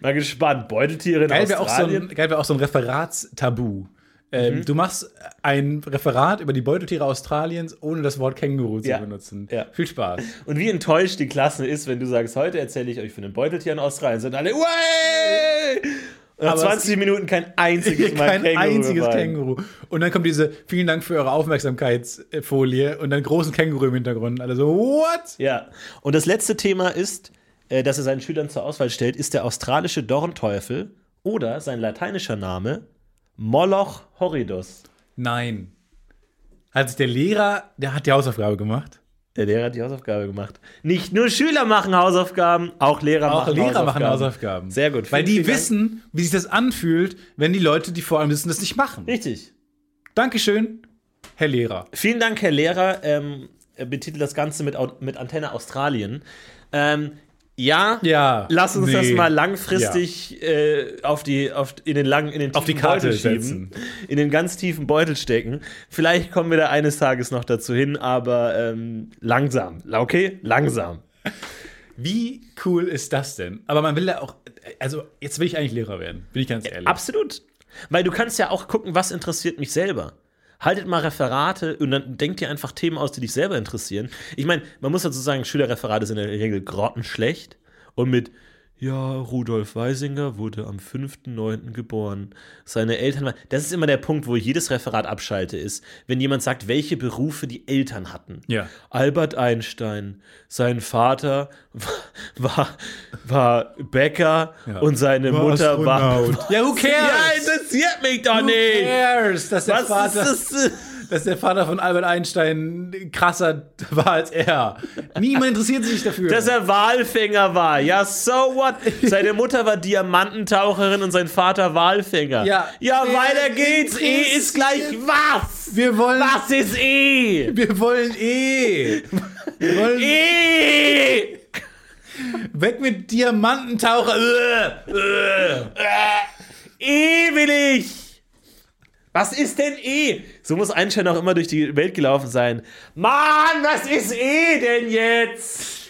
mal gespannt. Beuteltiere in Geil wäre auch, so Australien. Mhm. ein- geil wär auch so ein Referatstabu. Ähm, Du machst ein Referat über die Beuteltiere Australiens, ohne das Wort Känguru zu Ja. benutzen. Ja. Viel Spaß. Und wie enttäuscht die Klasse ist, wenn du sagst, heute erzähle ich euch von den Beuteltieren aus Australien. Sind alle, uey! Nach es 20 Minuten kein einziges Mal kein Känguru einziges rein. Känguru. Und dann kommt diese vielen Dank für eure Aufmerksamkeitsfolie und dann großen Känguru im Hintergrund. Alle so, what? Ja. Und das letzte Thema ist, äh, dass er seinen Schülern zur Auswahl stellt, ist der australische Dornteufel oder sein lateinischer Name Moloch horridus. Nein. Hat sich der Lehrer, der hat die Hausaufgabe gemacht. Der Lehrer hat die Hausaufgabe gemacht. Nicht nur Schüler machen Hausaufgaben, auch Lehrer Auch machen Lehrer Hausaufgaben. machen Hausaufgaben. Sehr gut. Weil Vielen, die vielen Dank. wissen, wie sich das anfühlt, wenn die Leute, die vor allem wissen, das nicht machen. Richtig. Dankeschön, Herr Lehrer. Vielen Dank, Herr Lehrer. Ähm, er betitelt das Ganze mit, Au- mit Antenne Australien. Ähm, ja, Ja. lass uns nee. das mal langfristig äh, auf die, auf, in den langen, in den Auf die tiefen Karte Beutel schieben, setzen. in den ganz tiefen Beutel stecken. Vielleicht kommen wir da eines Tages noch dazu hin, aber ähm, langsam, okay, langsam. Wie cool ist das denn? Aber man will ja auch, also jetzt will ich eigentlich Lehrer werden, bin ich ganz ehrlich. Absolut. Weil du kannst ja auch gucken, was interessiert mich selber. Haltet mal Referate und dann denkt dir einfach Themen aus, die dich selber interessieren. Ich meine, man muss dazu sagen, Schülerreferate sind in der Regel grottenschlecht und mit ja, Rudolf Weisinger wurde am 5.9. geboren. Seine Eltern waren. Das ist immer der Punkt, wo ich jedes Referat abschalte, ist, wenn jemand sagt, welche Berufe die Eltern hatten. Ja. Albert Einstein, sein Vater war, war Bäcker Ja. und seine Mutter war. Ja, who Ja, cares? interessiert mich doch who nicht. cares, dass der, Was Vater, ist das? dass der Vater von Albert Einstein krasser war als er? Niemand interessiert sich dafür. Dass er Walfänger war. Ja, so what? Seine Mutter war Diamantentaucherin und sein Vater Walfänger. Ja. ja Wer weiter geht's. E ist gleich interessiert- was? wir wollen, Was ist E? wir wollen eh. Wir wollen E! weg mit Diamantentaucher. Ugh. E Äh. will ich! Was ist denn E? So muss Einstein auch immer durch die Welt gelaufen sein. Mann, was ist E denn jetzt?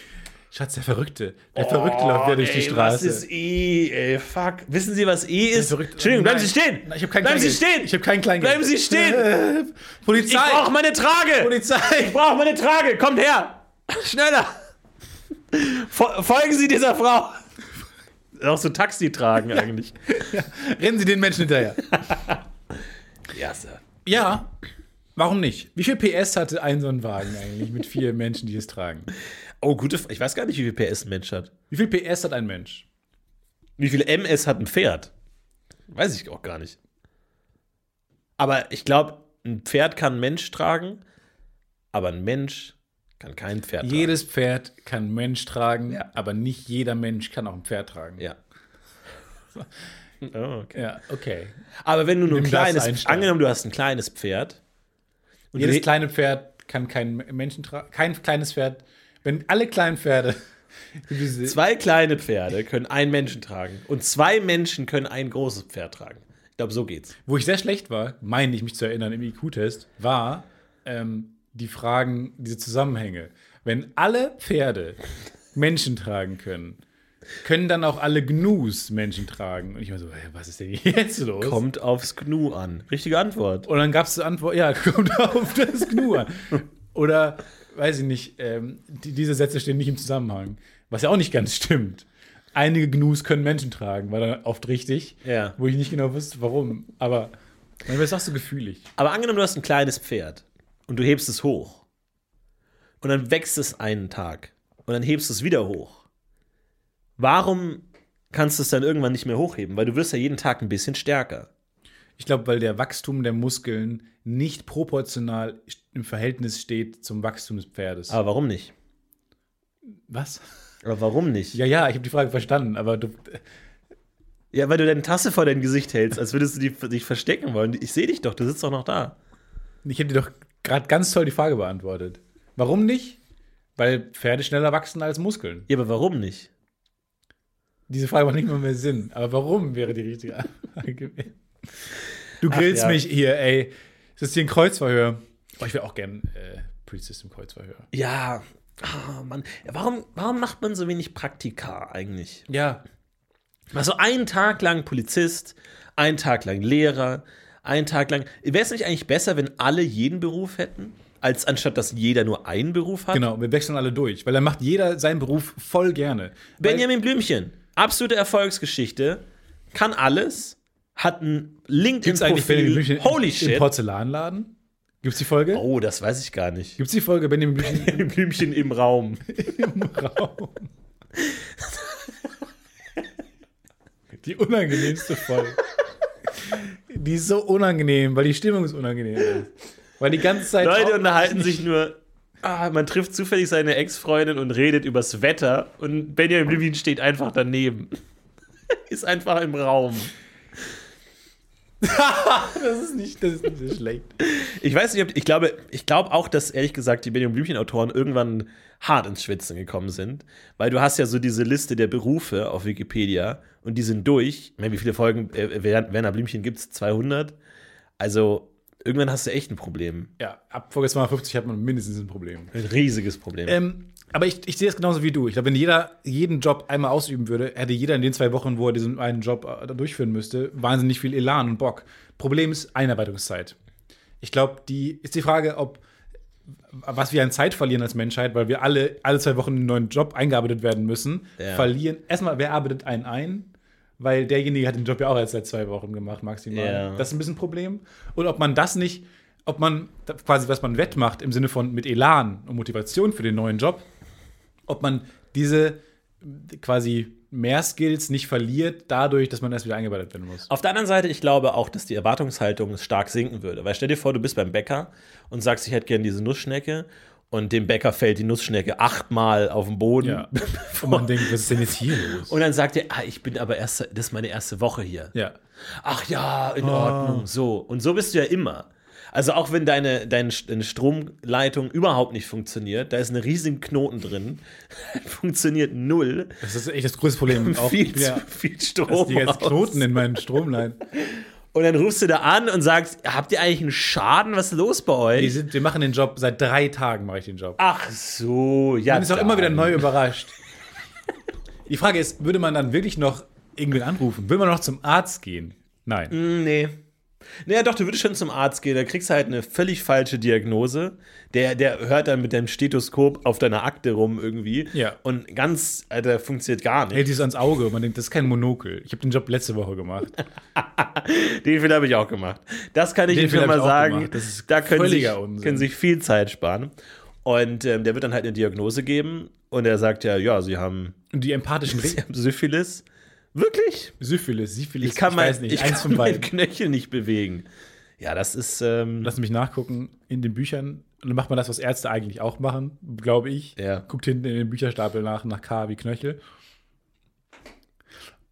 Schatz, der Verrückte. Der Verrückte läuft wieder durch die Oh, ey, Straße. Was ist E, ey, fuck. Wissen Sie, was E ist? Verrückt. Entschuldigung, bleiben Nein. Sie stehen! Nein, Ich habe kein bleiben Sie Kleingeld. stehen! Ich habe kein Kleingeld. Bleiben Sie stehen! Polizei! Ich brauche meine Trage! Ich Polizei! brauche meine Trage! Kommt her! Schneller! Fol- Folgen Sie dieser Frau! Auch so Taxi tragen eigentlich. Rennen Sie den Menschen hinterher. Ja, Sir. ja. Warum nicht? Wie viel PS hatte ein so ein Wagen eigentlich mit vier Menschen, die es tragen? Oh, gute Frage. Ich weiß gar nicht, wie viel PS ein Mensch hat. Wie viel PS hat ein Mensch? Wie viel MS hat ein Pferd? Weiß ich auch gar nicht. Aber ich glaube, ein Pferd kann ein Mensch tragen, aber ein Mensch kann kein Pferd tragen. Jedes Pferd kann ein Mensch tragen, Ja. aber nicht jeder Mensch kann auch ein Pferd tragen. Ja. Oh, okay. Ja, okay. Aber wenn du nur Nimm ein das kleines, Einstein. angenommen, du hast ein kleines Pferd. Und Jedes du- kleine Pferd kann keinen Menschen tragen. Kein kleines Pferd. Wenn alle kleinen Pferde. Diese zwei kleine Pferde können einen Menschen tragen und zwei Menschen können ein großes Pferd tragen. Ich glaube, so geht's. Wo ich sehr schlecht war, meine ich mich zu erinnern im IQ-Test, war ähm, die Fragen, diese Zusammenhänge. Wenn alle Pferde Menschen tragen können, können dann auch alle Gnus Menschen tragen. Und ich war so, hä, was ist denn jetzt los? Kommt aufs Gnu an. Richtige Antwort. Und dann gab es die Antwort, ja, kommt auf das Gnu an. Oder, weiß ich nicht, ähm, die, diese Sätze stehen nicht im Zusammenhang. Was ja auch nicht ganz stimmt. Einige Gnus können Menschen tragen, war dann oft richtig. Ja. Wo ich nicht genau wusste, warum. Aber manchmal ist auch so gefühlig. Aber angenommen, du hast ein kleines Pferd und du hebst es hoch. Und dann wächst es einen Tag. Und dann hebst du es wieder hoch. Warum kannst du es dann irgendwann nicht mehr hochheben? Weil du wirst ja jeden Tag ein bisschen stärker. Ich glaube, weil der Wachstum der Muskeln nicht proportional im Verhältnis steht zum Wachstum des Pferdes. Aber warum nicht? was? Aber warum nicht? Ja, Ja, ja, ich habe die Frage verstanden, aber du, weil du deine Tasse vor dein Gesicht hältst, als würdest du die, dich verstecken wollen. Ich sehe dich doch, du sitzt doch noch da. ich habe dir doch gerade ganz toll die Frage beantwortet. Warum nicht? Weil Pferde schneller wachsen als Muskeln. Ja, aber warum nicht? Diese Frage macht nicht mal mehr Sinn. Aber warum wäre die richtige Frage? Du grillst ja. mich hier, ey. Ist das hier ein Kreuzverhör? Oh, ich wäre auch gern äh, Priest im Kreuzverhör. Ja. ah, Mann, warum, warum macht man so wenig Praktika eigentlich? Ja. Also einen Tag lang Polizist, einen Tag lang Lehrer, einen Tag lang. Wäre es nicht eigentlich besser, wenn alle jeden Beruf hätten, als anstatt dass jeder nur einen Beruf hat? Genau, wir wechseln alle durch, weil dann macht jeder seinen Beruf voll gerne. Weil- Benjamin Blümchen, absolute Erfolgsgeschichte. kann alles, hat ein Gibt es eigentlich Benjamin LinkedIn-Profil. Blümchen Holy im, shit. im Porzellanladen? Gibt es die Folge? Oh, das weiß ich gar nicht. Gibt es die Folge Benjamin Blümchen Ein Blümchen im Raum. im Raum? die unangenehmste Folge. Die ist so unangenehm, weil die Stimmung ist unangenehm. Weil die ganze Zeit. Leute unterhalten sich nur. Ah, man trifft zufällig seine Ex-Freundin und redet übers Wetter und Benjamin Blümchen steht einfach daneben. Ist einfach im Raum. Das ist nicht, das ist nicht schlecht. Ich weiß nicht, ob, ich glaube, ich glaube auch, dass ehrlich gesagt die Benjamin Blümchen Autoren irgendwann hart ins Schwitzen gekommen sind, weil du hast ja so diese Liste der Berufe auf Wikipedia und die sind durch. Ich meine, wie viele Folgen äh, Wer- Werner Blümchen gibt's? 200. Also irgendwann hast du echt ein Problem, Ja, ab Folge 250 hat man mindestens ein Problem. ein riesiges Problem. Ähm, aber ich, ich sehe es genauso wie du. Ich glaube, wenn jeder jeden Job einmal ausüben würde, hätte jeder in den zwei Wochen, wo er diesen einen Job äh, durchführen müsste, wahnsinnig viel Elan und Bock. Problem ist Einarbeitungszeit. Ich glaube, die ist die Frage, ob was wir an Zeit verlieren als Menschheit, weil wir alle alle zwei Wochen einen neuen Job eingearbeitet werden müssen, Ja. verlieren. Erstmal, wer arbeitet einen ein? Weil derjenige hat den Job ja auch erst seit zwei Wochen gemacht, maximal. Ja. Das ist ein bisschen ein Problem. Und ob man das nicht, ob man da- quasi, was man wettmacht im Sinne von mit Elan und Motivation für den neuen Job, ob man diese äh, quasi mehr Skills nicht verliert, dadurch, dass man erst wieder eingebettet werden muss. Auf der anderen Seite, ich glaube auch, dass die Erwartungshaltung stark sinken würde. Weil stell dir vor, du bist beim Bäcker und sagst, ich hätte gerne diese Nussschnecke und dem Bäcker fällt die Nussschnecke achtmal auf den Boden. Und man denkt, was ist denn jetzt hier los? Und dann sagt er, ah, ich bin aber erst, das ist meine erste Woche hier. ja. Ah. Ach ja, in Ordnung, so. Und so bist du ja immer. Also auch wenn deine, deine, St- deine Stromleitung überhaupt nicht funktioniert, da ist eine riesen Knoten drin, funktioniert null, Das ist echt das größte Problem. Auch, viel ich zu bin ja, viel dass Strom. die jetzt aus. Knoten in meinen Stromleiten. Und dann rufst du da an und sagst, habt ihr eigentlich einen Schaden? Was ist los bei Wir, euch? sind, wir machen den Job, seit drei Tagen mache ich den Job. Ach so, ja. Man ist auch immer dann. wieder neu überrascht. Die Frage ist, würde man dann wirklich noch irgendwen anrufen? Will man noch zum Arzt gehen? Nein. Nee. Naja, doch, du würdest schon zum Arzt gehen, da kriegst du halt eine völlig falsche Diagnose. Der, der hört dann mit deinem Stethoskop auf deiner Akte rum irgendwie. Ja. Und ganz, Alter, funktioniert gar nicht. Hält es ans Auge. Man denkt, das ist kein Monokel. Ich habe den Job letzte Woche gemacht. Den Fehler habe ich auch gemacht. Das kann ich Den Ihnen schon Fehler mal hab ich auch sagen. gemacht. Das ist da können sich, völliger Unsinn. können sich viel Zeit sparen. Und ähm, der wird dann halt eine Diagnose geben und er sagt ja, ja, sie haben, Und die empathischen sie Re haben Syphilis. Wirklich? Syphilis, Syphilis, Ich kann mein, weiß nicht, ich eins kann von beiden. meinen Knöchel nicht bewegen. Ja, das ist. Ähm, Lass mich nachgucken in den Büchern. Und dann macht man das, was Ärzte eigentlich auch machen, glaube ich. Ja. Guckt hinten in den Bücherstapel nach, nach K wie Knöchel.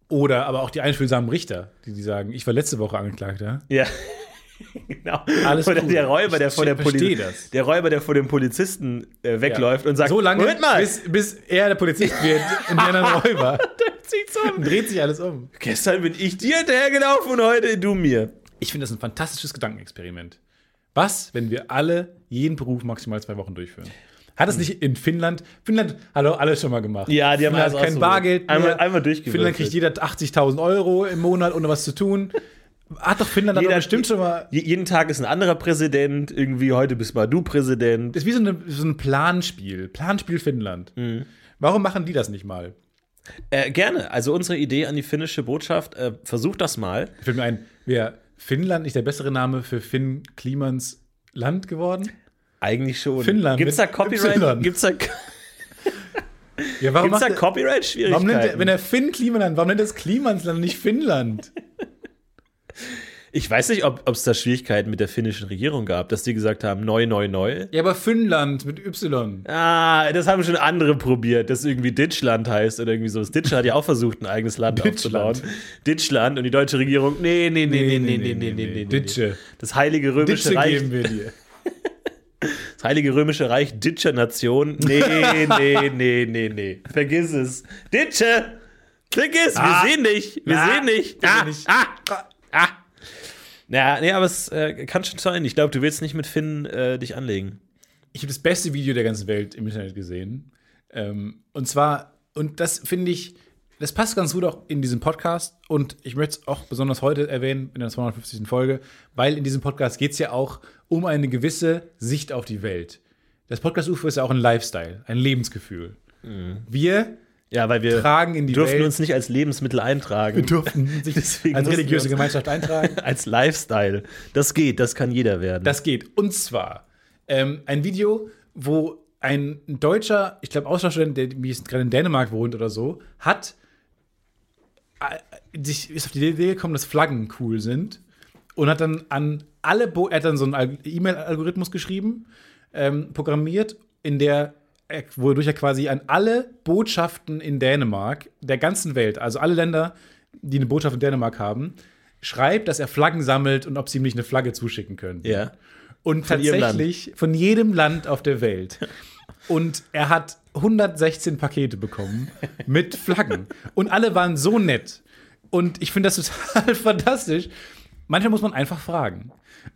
Oder aber auch die einfühlsamen Richter, die, die sagen, ich war letzte Woche Angeklagter. ja. genau. Alles Oder cool. der Räuber, der Ich vor der verstehe Poli das. der Räuber, der vor dem Polizisten äh, wegläuft Ja. und sagt, so lange, Moment mal, Bis, bis er der Polizist wird und der dann Räuber. zieht's um. Dreht sich alles um. Gestern bin ich dir hinterhergelaufen und heute du mir. Ich finde das ein fantastisches Gedankenexperiment. Was, wenn wir alle jeden Beruf maximal zwei Wochen durchführen? Hat es nicht in Finnland? Finnland hat doch alles schon mal gemacht. Ja, die haben Finnland alles hat kein ausprobiert. Bargeld. mehr. Einmal- einmal Finnland durchgewürfelt. kriegt jeder 80.000 Euro im Monat, ohne was zu tun. Hat doch Finnland hat Jeder- doch bestimmt schon mal. Je- jeden Tag ist ein anderer Präsident, irgendwie heute bist mal du Präsident. Das ist wie so, eine, so ein Planspiel. Planspiel Finnland. Warum machen die das nicht mal? Äh, gerne. Also unsere Idee an die finnische Botschaft, äh, versucht das mal. Fällt mir ein, wäre Finnland nicht der bessere Name für Finn Klimans Land geworden? Eigentlich schon. Finnland Gibt's da mit Y. Copyright? Gibt's da, Ja, warum gibt's da macht er- Warum Copyright-Schwierigkeiten? nennt er, wenn er Finn Klimaland, warum nennt er es Klimansland und nicht Finnland? Ich weiß nicht, ob es da Schwierigkeiten mit der finnischen Regierung gab, dass die gesagt haben, neu, neu, neu. Ja, aber Finnland mit Y. Ah, das haben schon andere probiert, dass irgendwie Ditschland heißt oder irgendwie sowas. Ditschland hat ja auch versucht, ein eigenes Land Ditschland. aufzubauen. Ditschland und die deutsche Regierung, nee, nee, nee, nee, nee, nee, nee, nee, nee. Ditsche. Das Heilige Römische Ditsche Reich, geben wir dir. das Heilige Römische Reich Ditscher Nation. Nee, nee, nee, nee, nee. Vergiss es. Ditsche! Vergiss, wir sehen dich. Wir Ah. sehen dich. Wir sehen Ah, dich. ah, ah. Naja, nee, aber es äh, kann schon sein. Ich glaube, du willst nicht mit Finn äh, dich anlegen. Ich habe das beste Video der ganzen Welt im Internet gesehen. Ähm, und zwar, und das finde ich, das passt ganz gut auch in diesem Podcast. Und ich möchte es auch besonders heute erwähnen, in der 250. Folge, weil in diesem Podcast geht es ja auch um eine gewisse Sicht Mhm. auf die Welt. Das Podcast-UFO ist ja auch ein Lifestyle, ein Lebensgefühl. Wir Ja, weil wir tragen in die dürfen Welt. uns nicht als Lebensmittel eintragen. durften sich Deswegen als mussten wir religiöse uns- Gemeinschaft eintragen. als Lifestyle. Das geht, das kann jeder werden. Das geht. Und zwar ähm, ein Video, wo ein deutscher, ich glaube, Austauschstudent, der wie es gerade in Dänemark wohnt oder so, hat äh, sich, ist auf die Idee gekommen, dass Flaggen cool sind und hat dann an alle, Bo er hat dann so einen Al- E-Mail-Algorithmus geschrieben, ähm, programmiert, in der er- wodurch er quasi an alle Botschaften in Dänemark, der ganzen Welt, also alle Länder, die eine Botschaft in Dänemark haben, schreibt, dass er Flaggen sammelt und ob sie ihm nicht eine Flagge zuschicken können. ja. Und ihrem tatsächlich von jedem Land auf der Welt. Und er hat 116 Pakete bekommen mit Flaggen. Und alle waren so nett. Und ich finde das total fantastisch. Manchmal muss man einfach fragen.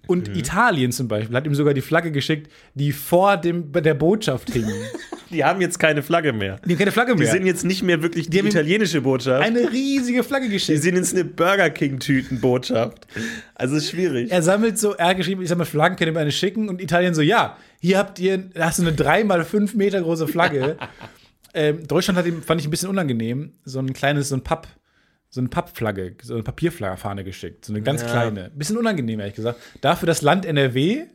Und Italien zum Beispiel hat ihm sogar die Flagge geschickt, die vor dem, bei der Botschaft hing. Die haben jetzt keine Flagge mehr. Die haben keine Flagge Die mehr. sind jetzt nicht mehr wirklich die, haben- italienische Botschaft. eine riesige Flagge die geschickt. sind jetzt eine Burger King-Tütenbotschaft. Also ist schwierig. Er sammelt so, er hat geschrieben, ich sammle Flaggen, könnt ihr mir eine schicken? Und Italien so, ja, hier habt ihr, da hast du eine 3x5 Meter große Flagge. ähm, Deutschland hat ihm, fand ich ein bisschen unangenehm, so ein kleines, so ein Papp, so eine Pappflagge, so eine Papierfahne geschickt, so eine ganz kleine. Bisschen unangenehm, ehrlich gesagt. Dafür das Land NRW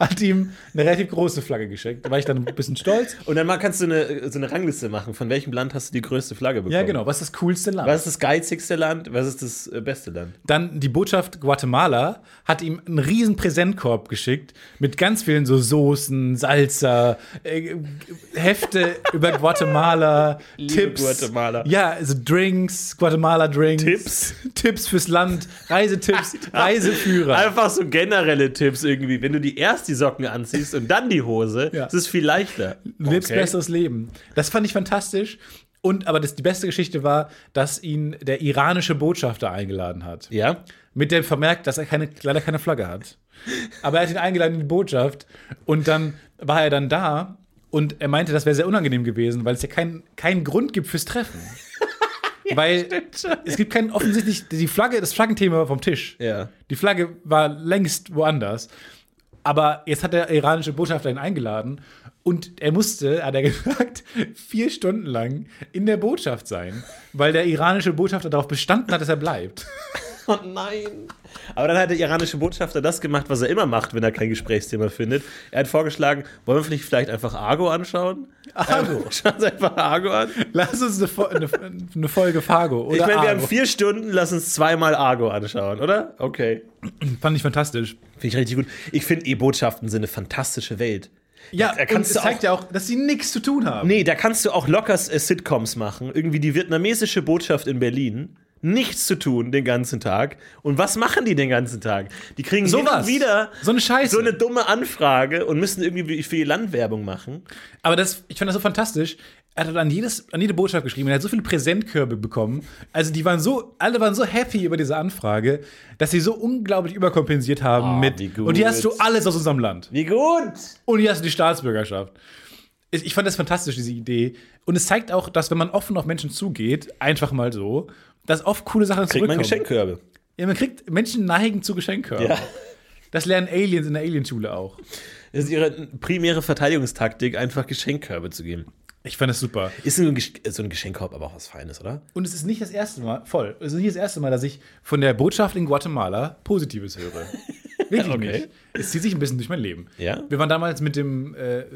hat ihm eine relativ große Flagge geschickt. Da war ich dann ein bisschen stolz. Und dann mal kannst du eine, so eine Rangliste machen. Von welchem Land hast du die größte Flagge bekommen? Ja, genau, was ist das coolste Land? Was ist das geizigste Land? Was ist das äh, beste Land? Dann die Botschaft Guatemala hat ihm einen riesen Präsentkorb geschickt mit ganz vielen so Soßen, Salsa, äh, Hefte über Guatemala, Tipps. Guatemala. Ja, also Drinks, Guatemala Drinks. Tipps? Ah, Tipps fürs Land, Reisetipps, Reiseführer. Einfach so generelle Tipps irgendwie. Wenn du die erst die Socken anziehst und dann die Hose, Ja. ist es viel leichter. Du lebst besseres Leben. Das fand ich fantastisch. Und aber das, die beste Geschichte war, dass ihn der iranische Botschafter eingeladen hat. Ja. Mit dem Vermerk, dass er keine, leider keine Flagge hat. Aber er hat ihn eingeladen in die Botschaft. Und dann war er dann da und er meinte, das wäre sehr unangenehm gewesen, weil es ja keinen keinen Grund gibt fürs Treffen. weil es gibt keinen offensichtlich, die Flagge, das Flaggenthema war vom Tisch. Ja. Die Flagge war längst woanders. Aber jetzt hat der iranische Botschafter ihn eingeladen und er musste, hat er gesagt, vier Stunden lang in der Botschaft sein, weil der iranische Botschafter darauf bestanden hat, dass er bleibt. Oh nein. Aber dann hat der iranische Botschafter das gemacht, was er immer macht, wenn er kein Gesprächsthema findet. Er hat vorgeschlagen, wollen wir vielleicht einfach Argo anschauen? Argo. Ähm, Schauen Sie einfach Argo an. Lass uns eine, Fo eine, eine Folge Fargo oder Ich meine, wir haben Argo. vier Stunden, lass uns zweimal Argo anschauen, oder? Okay. Fand ich fantastisch. Finde ich richtig gut. Ich finde E-Botschaften sind eine fantastische Welt. Ja, da kannst und du es zeigt auch- ja auch, dass sie nichts zu tun haben. Nee, da kannst du auch locker äh, Sitcoms machen. Irgendwie die vietnamesische Botschaft in Berlin. Nichts zu tun den ganzen Tag. Und was machen die den ganzen Tag? Die kriegen So hin und was. wieder So eine Scheiße. so eine dumme Anfrage und müssen irgendwie für ihr Land Werbung machen. Aber das, ich fand das so fantastisch. Er hat an, jedes, an jede Botschaft geschrieben. Er hat so viele Präsentkörbe bekommen. Also die waren so, alle waren so happy über diese Anfrage, dass sie so unglaublich überkompensiert haben Ah, wie mit. gut. Und hier hast du alles aus unserem Land. Wie gut! Und hier hast du die Staatsbürgerschaft. Ich ich fand das fantastisch, diese Idee. Und es zeigt auch, dass wenn man offen auf Menschen zugeht, einfach mal so, dass oft coole Sachen Kriegt man zurückkommen. Geschenkkörbe. Ja, man kriegt Menschen neigen zu Geschenkkörben. Ja. Das lernen Aliens in der Alienschule auch. Das ist ihre primäre Verteidigungstaktik, einfach Geschenkkörbe zu geben. Ich fand das super. Ist so ein, Gesch so ein Geschenkkorb aber auch was Feines, oder? Und es ist nicht das erste Mal, voll, es ist nicht das erste Mal, dass ich von der Botschaft in Guatemala Positives höre. Wirklich Okay. nicht. Es zieht sich ein bisschen durch mein Leben. Ja? Wir waren damals mit dem äh,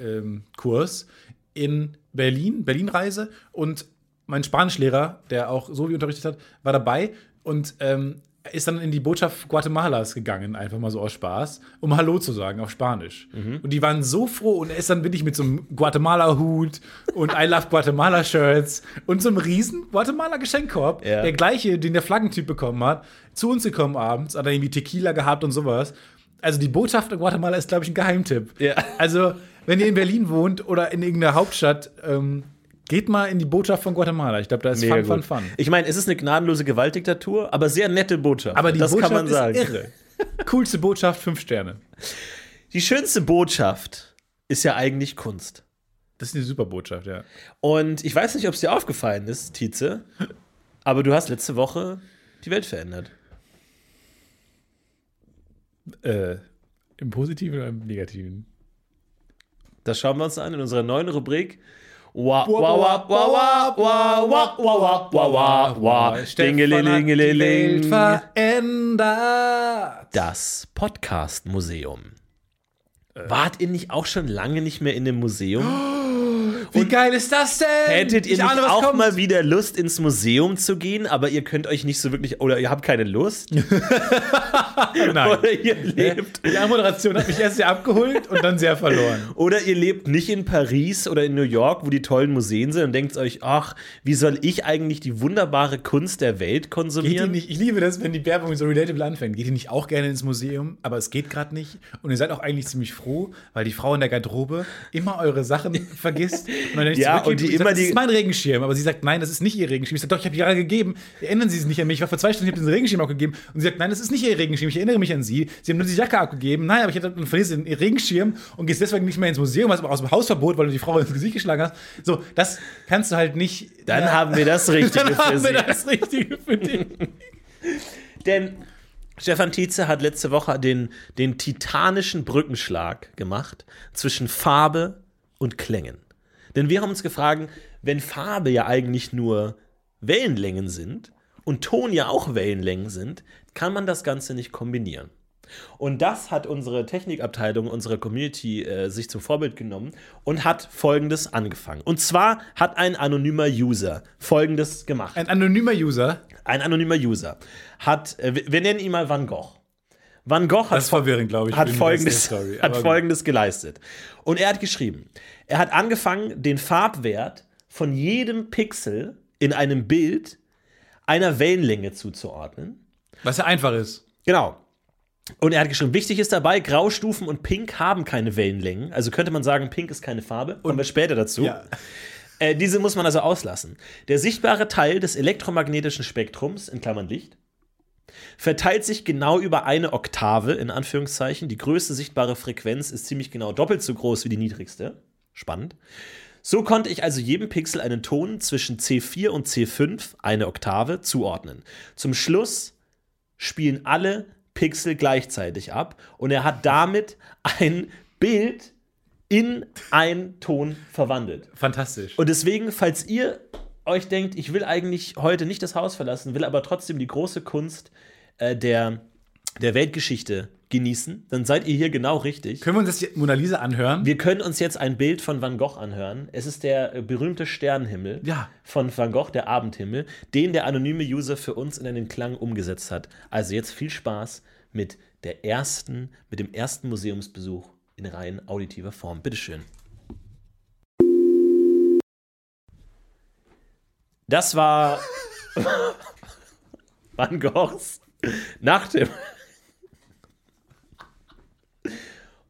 Sovi-Kurs in Berlin, Berlin-Reise und mein Spanischlehrer, der auch Sovi unterrichtet hat, war dabei und ähm, ist dann in die Botschaft Guatemalas gegangen, einfach mal so aus Spaß, um Hallo zu sagen auf Spanisch. Und die waren so froh und er ist dann wirklich mit so einem Guatemala-Hut und I Love Guatemala-Shirts und so einem riesen Guatemala-Geschenkkorb, Ja. der gleiche, den der Flaggentyp bekommen hat, zu uns gekommen abends, hat dann irgendwie Tequila gehabt und sowas. Also die Botschaft in Guatemala ist, glaube ich, ein Geheimtipp. Ja. Also, wenn ihr in Berlin wohnt oder in irgendeiner Hauptstadt, ähm, geht mal in die Botschaft von Guatemala. Ich glaube, da ist Mega Fun, Fun, gut. Fun. Ich meine, es ist eine gnadenlose Gewaltdiktatur, aber sehr nette Botschaft. Aber die das Botschaft kann man sagen. ist irre. Coolste Botschaft, fünf Sterne. Die schönste Botschaft ist ja eigentlich Kunst. Das ist eine super Botschaft, ja. Und ich weiß nicht, ob es dir aufgefallen ist, Tietze, aber du hast letzte Woche die Welt verändert. Äh, Im Positiven oder im Negativen? Das schauen wir uns an in unserer neuen Rubrik Wa, wa, wa, wa, wa, wa, wa, wa, wa, wa, wa, Dingelingelingeling. verändert. Das Podcast-Museum. Wart ihr nicht auch schon lange nicht mehr in dem Museum? Wie geil ist das denn? Hättet ihr Ich nicht ahne, was auch kommt. mal wieder Lust, ins Museum zu gehen, aber ihr könnt euch nicht so wirklich, oder ihr habt keine Lust? Nein. Oder ihr lebt Die Anmoderation hat mich erst sehr abgeholt und dann sehr verloren. Oder ihr lebt nicht in Paris oder in New York, wo die tollen Museen sind und denkt euch, ach, wie soll ich eigentlich die wunderbare Kunst der Geht Welt ihr konsumieren? nicht, ich liebe das, wenn die Werbung so relatable anfängt. Geht ihr nicht auch gerne ins Museum, aber es geht gerade nicht? Und ihr seid auch eigentlich ziemlich froh, weil die Frau in der Garderobe immer eure Sachen vergisst. Und dann nicht Ja, zurückgeht und die sagt, immer das die- ist mein Regenschirm. Aber sie sagt, nein, das ist nicht ihr Regenschirm. Ich sage, doch, ich habe die gerade gegeben. Erinnern Sie es nicht an mich. Ich war vor zwei Stunden, ich habe diesen Regenschirm auch gegeben. Und sie sagt, nein, das ist nicht ihr Regenschirm. Ich erinnere mich an Sie. Sie haben nur die Jacke abgegeben. Nein, aber ich hatte dann verlierst du den- ihr Regenschirm und gehst deswegen nicht mehr ins Museum, hast aber aus dem Hausverbot, weil du die Frau ins Gesicht geschlagen hast. So, das kannst du halt nicht. Dann haben wir das Richtige Dann für haben wir sie. das Richtige für dich. Denn Stefan Tietze hat letzte Woche den, den titanischen Brückenschlag gemacht zwischen Farbe und Klängen. Denn wir haben uns gefragt, wenn Farbe ja eigentlich nur Wellenlängen sind und Ton ja auch Wellenlängen sind, kann man das Ganze nicht kombinieren. Und das hat unsere Technikabteilung, unsere Community äh, sich zum Vorbild genommen und hat Folgendes angefangen. Und zwar hat ein anonymer User Folgendes gemacht Ein anonymer User. ein anonymer User, hat, äh, wir wir nennen ihn mal Van Gogh. Van Gogh Das hat, ist verwirrend, glaube ich. hat, für den folgendes, Rest der Story. hat Aber folgendes geleistet. Und er hat geschrieben, er hat angefangen, den Farbwert von jedem Pixel in einem Bild einer Wellenlänge zuzuordnen. gut. Was ja einfach ist. Genau. Und er hat geschrieben, wichtig ist dabei, Graustufen und Pink haben keine Wellenlängen. Also könnte man sagen, Pink ist keine Farbe. Kommen wir später dazu. Ja. Äh, diese muss man also auslassen. Der sichtbare Teil des elektromagnetischen Spektrums, in Klammern Licht, verteilt sich genau über eine Oktave, in Anführungszeichen. Die größte sichtbare Frequenz ist ziemlich genau doppelt so groß wie die niedrigste. Spannend. So konnte ich also jedem Pixel einen Ton zwischen C4 und C5, eine Oktave, zuordnen. Zum Schluss spielen alle Pixel gleichzeitig ab und er hat damit ein Bild in einen Ton verwandelt. Fantastisch. Und deswegen, falls ihr euch denkt, ich will eigentlich heute nicht das Haus verlassen, will aber trotzdem die große Kunst äh, der, der Weltgeschichte genießen, dann seid ihr hier genau richtig. Können wir uns das die Mona Lisa anhören? Wir können uns jetzt ein Bild von Van Gogh anhören. Es ist der äh, berühmte Sternenhimmel Ja. von Van Gogh, der Abendhimmel, den der anonyme User für uns in einen Klang umgesetzt hat. Also jetzt viel Spaß mit der ersten, mit dem ersten Museumsbesuch in rein auditiver Form. Bitteschön. Das war Van Goghs Nachthimmel.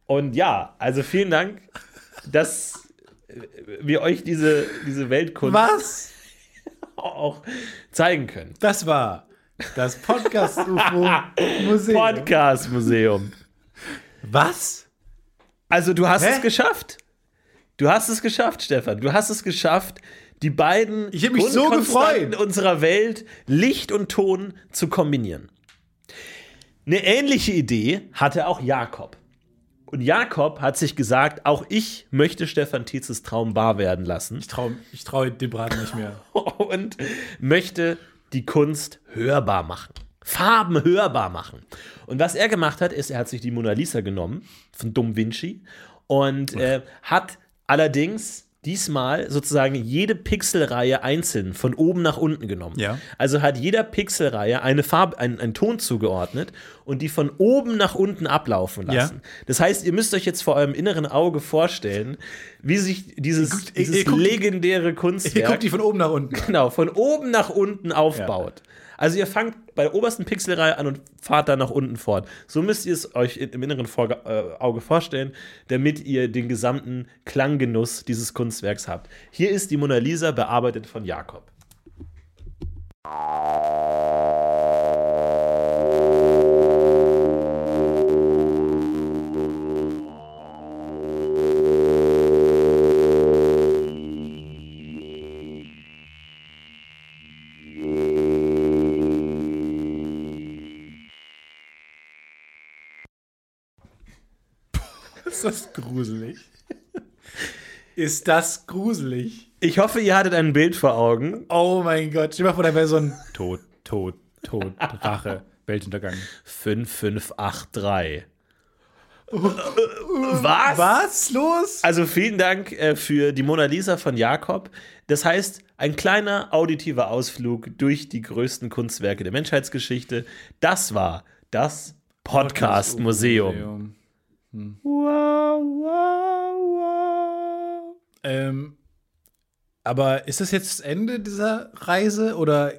Und ja, also vielen Dank, dass äh, wir euch diese, diese Weltkunst Was? auch zeigen können. Das war das Podcast-UFO-Museum. Podcast-Museum. Was? Also du hast Hä? es geschafft. Du hast es geschafft, Stefan. Du hast es geschafft, die beiden Ich hab mich so Grundkonstanten gefreut. unserer Welt, Licht und Ton, zu kombinieren. Eine ähnliche Idee hatte auch Jakob. Und Jakob hat sich gesagt, auch ich möchte Stefan Tietzes Traum wahr werden lassen. Ich traue ich trau dem Braten nicht mehr. und möchte die Kunst hörbar machen. Farben hörbar machen. Und was er gemacht hat, ist, er hat sich die Mona Lisa genommen von Dom Vinci und äh, hat allerdings diesmal sozusagen jede Pixelreihe einzeln von oben nach unten genommen. Ja. Also hat jeder Pixelreihe eine Farbe, einen, einen Ton zugeordnet und die von oben nach unten ablaufen lassen. Das heißt, ihr müsst euch jetzt vor eurem inneren Auge vorstellen, wie sich dieses, guckt- ihr- ihr dieses guckt- legendäre Hier Kunstwerk guckt die von oben nach unten. Genau, von oben nach unten aufbaut. Also ihr fangt bei der obersten Pixelreihe an und fahrt dann nach unten fort. So müsst ihr es euch in- im inneren Vorge äh, Auge vorstellen, damit ihr den gesamten Klanggenuss dieses Kunstwerks habt. Hier ist die Mona Lisa bearbeitet von Jakob. Ist das gruselig? Ist das gruselig? Ich hoffe, ihr hattet ein Bild vor Augen. Oh mein Gott, stell dir mal vor, da wäre so ein Tod, Tod, Tod, Rache, Weltuntergang. 5583. Was? Was? Los? Also vielen Dank äh, für die Mona Lisa von Jakob. Das heißt, ein kleiner auditiver Ausflug durch die größten Kunstwerke der Menschheitsgeschichte. Das war das Podcast Museum. Wow, wow, wow. Ähm, aber ist das jetzt das Ende dieser Reise oder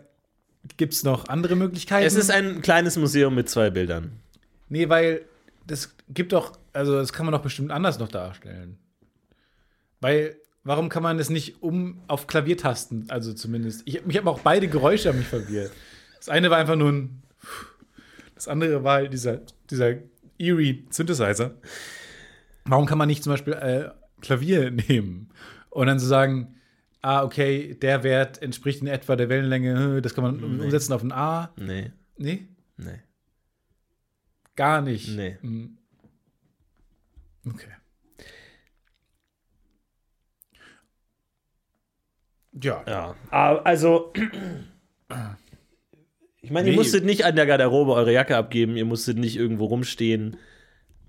gibt es noch andere Möglichkeiten? Es ist ein kleines Museum mit zwei Bildern. nee, weil das gibt doch, also das kann man doch bestimmt anders noch darstellen. Weil, warum kann man das nicht um auf Klaviertasten, also zumindest. Ich, mich haben auch beide Geräusche haben mich verwirrt. Das eine war einfach nur ein. Das andere war halt dieser, dieser eerie Synthesizer. Warum kann man nicht zum Beispiel äh, Klavier nehmen und dann so sagen, ah, okay, der Wert entspricht in etwa der Wellenlänge, das kann man um- umsetzen auf ein A. Nee, Nee, nee. gar nicht. Nee. Mhm. Okay. Ja. Ja. Aber Also, ich meine, ihr Nee. musstet nicht an der Garderobe eure Jacke abgeben, ihr musstet nicht irgendwo rumstehen.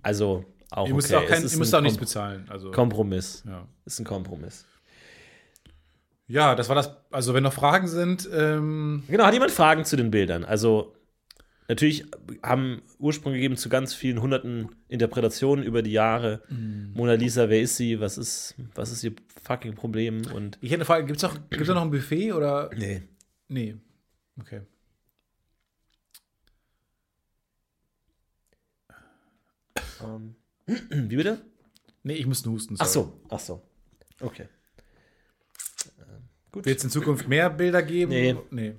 Also, auch Ihr müsst okay. auch, kein, Es ist ihr müsst ein auch nichts Kom- bezahlen. Also, Kompromiss. Ja. Ist ein Kompromiss. ja, das war das. Also, wenn noch Fragen sind, ähm, Genau, hat jemand Fragen zu den Bildern? Also, natürlich haben Ursprung gegeben zu ganz vielen hunderten Interpretationen über die Jahre. Mona Lisa, wer ist sie? Was ist, was ist ihr fucking Problem? Und. ich hätte eine Frage: Gibt es noch, gibt's da noch ein Buffet oder. Nee. Nee. Okay. Ähm, wie bitte? Nee, ich muss husten. Ach sorry. so, ach so. Okay. Wird es in Zukunft mehr Bilder geben? Nee. Nee.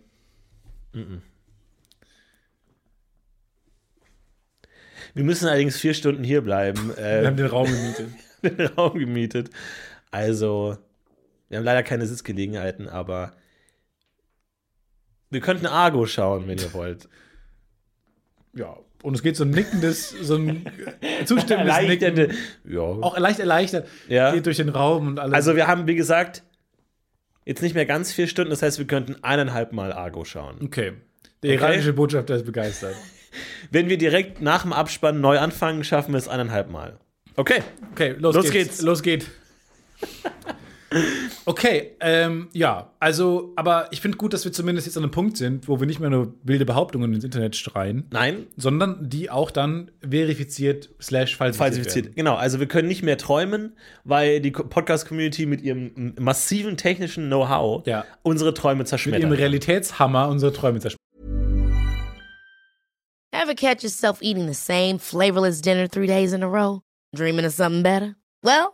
Wir müssen allerdings vier Stunden hier bleiben. Wir Äh, haben den Raum gemietet. den Raum gemietet. Also, wir haben leider keine Sitzgelegenheiten, aber wir könnten Argo schauen, wenn ihr wollt. ja. Und es geht so ein nickendes, so ein zustimmendes Nicken. Erleichternde- Ja. Auch leicht erleichtert. Ja. Geht durch den Raum und alles. Also wir haben, wie gesagt, jetzt nicht mehr ganz vier Stunden, das heißt, wir könnten eineinhalb Mal Argo schauen. Okay. Der Okay. iranische Botschafter ist begeistert. Wenn wir direkt nach dem Abspann neu anfangen, schaffen wir es eineinhalb Mal. Okay. Okay, los, geht's. Los geht's. Los geht's. Okay, ähm, ja, also, aber ich finde gut, dass wir zumindest jetzt an einem Punkt sind, wo wir nicht mehr nur wilde Behauptungen ins Internet streuen, Nein, sondern die auch dann verifiziert slash falsifiziert. falsifiziert. Genau, also wir können nicht mehr träumen, weil die Co- Podcast-Community mit ihrem m- massiven technischen Know-how Ja. unsere Träume Werden. Mit zerschmettert. ihrem Realitätshammer unsere Träume zerstört. Ever catch yourself eating the same flavorless dinner three days in a row? Dreaming of something better? Well,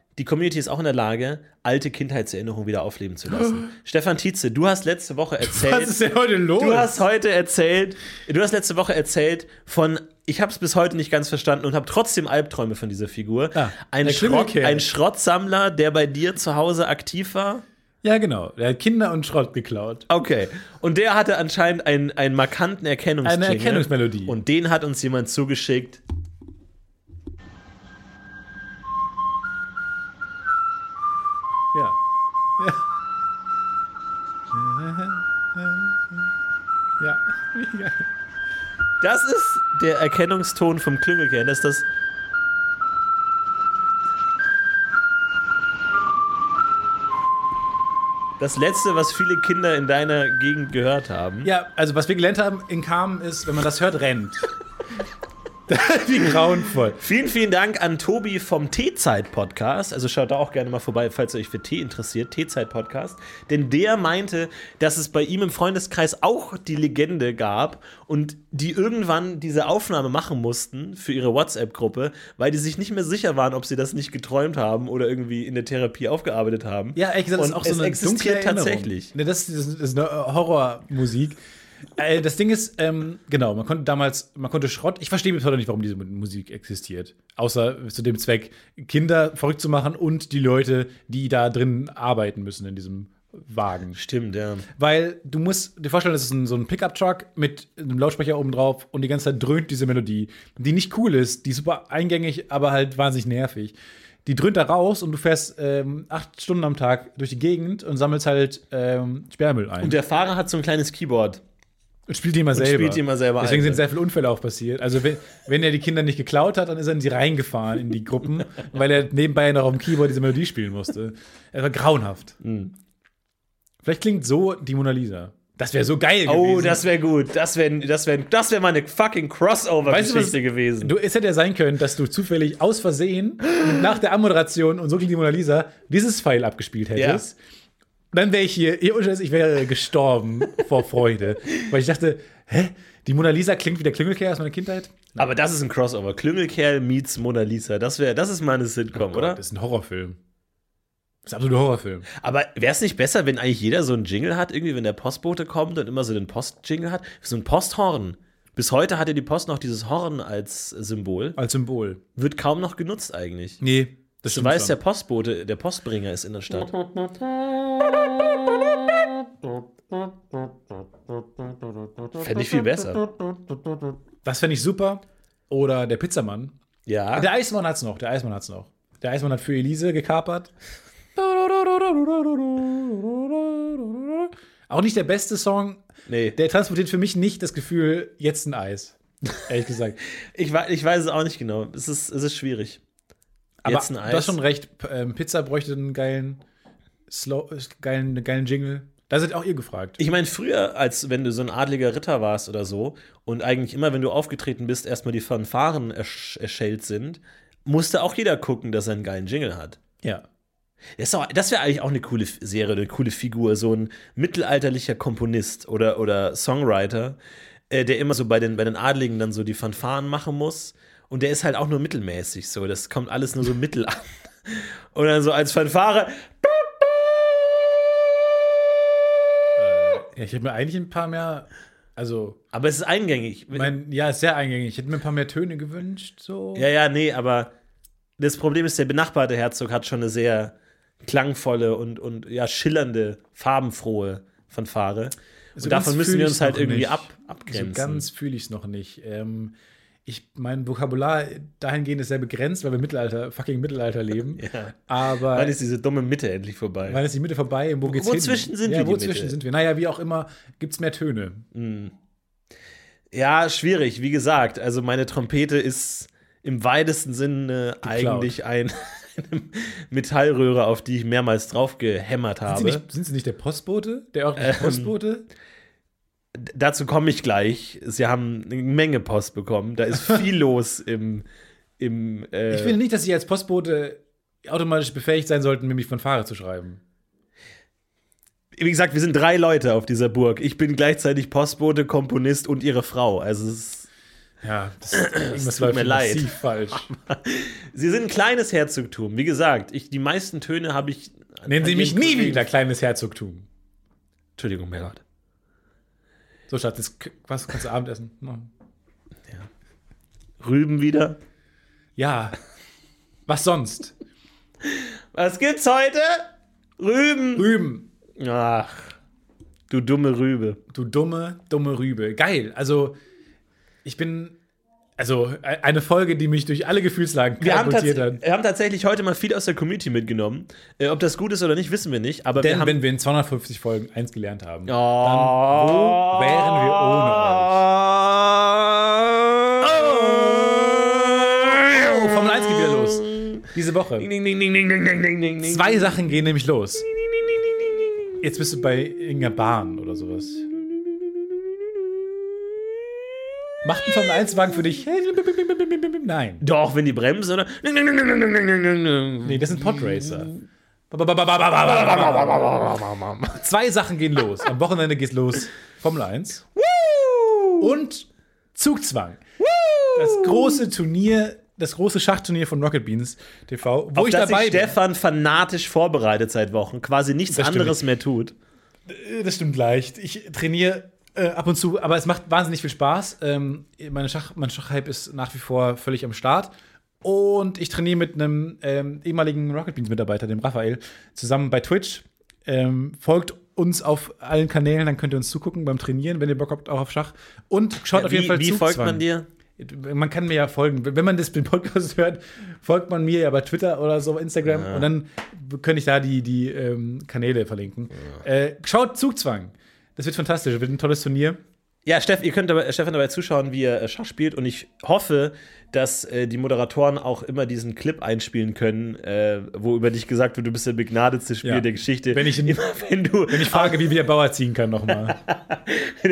die Community ist auch in der Lage, alte Kindheitserinnerungen wieder aufleben zu lassen. Stefan Tietze, du hast letzte Woche erzählt. was ist denn heute los? Du hast heute erzählt, du hast letzte Woche erzählt von, ich habe es bis heute nicht ganz verstanden und habe trotzdem Albträume von dieser Figur. Ah, ein, der schlimme Schrott, Kerl. ein Schrottsammler, der bei dir zu Hause aktiv war. ja, genau. Der hat Kinder und Schrott geklaut. Okay. Und der hatte anscheinend einen, einen markanten Erkennungsjingle. Eine Erkennungsmelodie. Und den hat uns jemand zugeschickt. Ja. Ja. ja. Das ist der Erkennungston vom Klüngelkern. Das ist das. Das letzte, was viele Kinder in deiner Gegend gehört haben. Ja, also was wir gelernt haben in Kamen ist, wenn man das hört, rennt. Wie grauenvoll. Vielen, vielen Dank an Tobi vom Teezeit-Podcast. Also schaut da auch gerne mal vorbei, falls ihr euch für Tee interessiert. Teezeit-Podcast. Denn der meinte, dass es bei ihm im Freundeskreis auch die Legende gab und die irgendwann diese Aufnahme machen mussten für ihre WhatsApp-Gruppe, weil die sich nicht mehr sicher waren, ob sie das nicht geträumt haben oder irgendwie in der Therapie aufgearbeitet haben. Ja, ehrlich gesagt, das und ist auch es so eine dunkle existiert Erinnerung. tatsächlich. Ne, das, ist, das ist eine Horrormusik. äh, das Ding ist, ähm, genau, man konnte damals, man konnte Schrott. Ich verstehe bis heute nicht, warum diese Mu- Musik existiert. Außer zu dem Zweck, Kinder verrückt zu machen und die Leute, die da drin arbeiten müssen in diesem Wagen. Stimmt, ja. Weil du musst dir vorstellen, das ist ein, so ein Pickup-Truck mit einem Lautsprecher oben drauf und die ganze Zeit dröhnt diese Melodie, die nicht cool ist, die ist super eingängig, aber halt wahnsinnig nervig. Die dröhnt da raus und du fährst ähm, acht Stunden am Tag durch die Gegend und sammelst halt ähm, Sperrmüll ein. Und der Fahrer hat so ein kleines Keyboard. Und spielt die immer selber. spielt die immer selber Deswegen ein, sind ne? ja. sehr viele Unfälle auch passiert. Also, wenn, wenn er die Kinder nicht geklaut hat, dann ist er in sie reingefahren, in die Gruppen, weil er nebenbei noch auf dem Keyboard diese Melodie spielen musste. Er war grauenhaft. Mm. Vielleicht klingt so die Mona Lisa. Das wäre so geil gewesen. Oh, das wäre gut. Das wäre das wär, das wär mal eine fucking Weißt du, was- Crossover-Geschichte gewesen. Du, es hätte ja sein können, dass du zufällig aus Versehen mit- nach der Anmoderation und so ging die Mona Lisa dieses Pfeil abgespielt hättest. Dann wäre ich hier, hier unter ich wäre gestorben vor Freude. Weil ich dachte, hä? Die Mona Lisa klingt wie der Klüngelkerl aus meiner Kindheit? Aber das ist ein Crossover. Klüngelkerl meets Mona Lisa. Das, wär, das ist mal eine Sitcom, oder? Das ist ein Horrorfilm. Das ist ein absoluter Horrorfilm. Aber wäre es nicht besser, wenn eigentlich jeder so einen Jingle hat, irgendwie, wenn der Postbote kommt und immer so den Post-Jingle hat? So ein Posthorn. Bis heute hat ja die Post noch dieses Horn als Symbol. Als Symbol. Wird kaum noch genutzt eigentlich. Nee, das Du stimmt weißt, der schon. Postbote, der Postbringer ist in der Stadt. Fände ich viel besser. Das fände ich super. Oder der Pizzamann. Ja. Der Eismann hat's noch. Der Eismann hat's noch. Der Eismann hat für Elise gekapert. Auch nicht der beste Song. Nee. Der transportiert für mich nicht das Gefühl, jetzt ein Eis. Ehrlich gesagt. Ich, wei- ich weiß es auch nicht genau. Es ist, es ist schwierig. Aber Jetzt ein Eis. du hast schon recht. P- ähm, Pizza bräuchte einen geilen, Slow, äh, geilen, einen geilen Jingle. Da seid auch ihr gefragt. Ich meine, früher, als wenn du so ein adliger Ritter warst oder so und eigentlich immer, wenn du aufgetreten bist, erstmal die Fanfaren ersch erschellt sind, musste auch jeder gucken, dass er einen geilen Jingle hat. ja. Das, ist auch- das wäre eigentlich auch eine coole F- Serie, eine coole Figur, so ein mittelalterlicher Komponist oder, oder Songwriter, äh, der immer so bei den, bei den Adligen dann so die Fanfaren machen muss. Und der ist halt auch nur mittelmäßig so. Das kommt alles nur so mittel an. Und dann so als Fanfare. ja ich hätte mir eigentlich ein paar mehr. Also, Aber es ist eingängig. mein, ja, ist sehr eingängig. Ich hätte mir ein paar mehr Töne gewünscht. So. Ja, ja, nee, aber das Problem ist, der benachbarte Herzog hat schon eine sehr klangvolle und, und ja, schillernde, farbenfrohe Fanfare. Und So ganz davon müssen fühl wir ich's uns halt noch irgendwie nicht. ab, So abgrenzen. ganz fühle ich es noch nicht. Ähm, ich, mein Vokabular dahingehend ist sehr begrenzt, weil wir Mittelalter, fucking Mittelalter leben. Ja. Aber Wann ist diese dumme Mitte endlich vorbei? wann ist die Mitte vorbei? und Wo geht's hin? wozwischen sind ja, wir die Wozwischen Mitte? sind wir? Naja, wie auch immer, gibt es mehr Töne. ja, schwierig, wie gesagt. Also meine Trompete ist im weitesten Sinne eigentlich ein, eine Metallröhre, auf die ich mehrmals drauf gehämmert Sind habe. sie, nicht, sind sie nicht der Postbote? Der örtliche Ähm, Postbote? D- dazu komme ich gleich. Sie haben eine Menge Post bekommen. Da ist viel los im, im äh, Ich finde nicht, dass sie als Postbote automatisch befähigt sein sollten, nämlich von Fahrer zu schreiben. wie gesagt, wir sind drei Leute auf dieser Burg. Ich bin gleichzeitig Postbote, Komponist und ihre Frau. Also es ist, Ja, das, das tut läuft mir leid. massiv falsch. sie sind ein kleines Herzogtum. Wie gesagt, ich, die meisten Töne habe ich. an- Nennen Sie an mich ihren nie Kollegen- wieder kleines Herzogtum. Entschuldigung, mein Gott. So, Schatz, jetzt, k- was kannst du Abendessen? machen? Rüben wieder. Ja. Was sonst? Was gibt's heute? Rüben. Rüben. Ach, du dumme Rübe. Du dumme, dumme Rübe. Geil. Also, ich bin. Also, e- eine Folge, die mich durch alle Gefühlslagen Wir haben, tats katapultiert hat. wir haben tatsächlich heute mal viel aus der Community mitgenommen. Äh, ob das gut ist oder nicht, wissen wir nicht. Aber wir Denn haben wenn wir in 250 Folgen eins gelernt haben, Oh. wo wären wir ohne euch? Oh. Oh, Formel 1 geht wieder los. Diese Woche. Ding, ding, ding, ding, ding, ding, ding, ding, ding. Zwei Sachen gehen nämlich los. Jetzt bist du bei irgendeiner Bahn oder sowas. Macht ein Formel-1-Wagen für dich. Nein. Doch, wenn die bremsen, oder? Nee, das sind Podracer. Zwei Sachen gehen los. Am Wochenende geht's los. Formel 1. Und Zugzwang. Das große Turnier, das große Schachturnier von Rocket Beans TV, wo Auf ich das dabei sich bin. Stefan fanatisch vorbereitet seit Wochen, quasi nichts Das stimmt. anderes mehr tut. Das stimmt leicht. Ich trainiere äh, ab und zu, aber es macht wahnsinnig viel Spaß. Ähm, meine Schach, mein Schachhype ist nach wie vor völlig am Start. Und ich trainiere mit einem ähm, ehemaligen Rocket Beans Mitarbeiter, dem Raphael, zusammen bei Twitch. Ähm, folgt uns auf allen Kanälen, dann könnt ihr uns zugucken beim Trainieren, wenn ihr Bock habt, auch auf Schach. Und schaut auf jeden wie Fall wie Zugzwang. folgt man dir? Man kann mir ja folgen. Wenn man das den Podcast hört, folgt man mir ja bei Twitter oder so, Instagram. Und dann könnte ich da die, die ähm, Kanäle verlinken. Äh, schaut Zugzwang. Das wird fantastisch. Wird ein tolles Turnier. Ja, Steff, ihr könnt dabei, Stefan dabei zuschauen, wie er äh, Schach spielt. Und ich hoffe, dass äh, die Moderatoren auch immer diesen Clip einspielen können, äh, wo über dich gesagt wird, du bist der begnadetste Spieler Ja. der Geschichte. Wenn ich ihn- immer, wenn du Wenn ich frage, wie wir Bauer ziehen kann nochmal.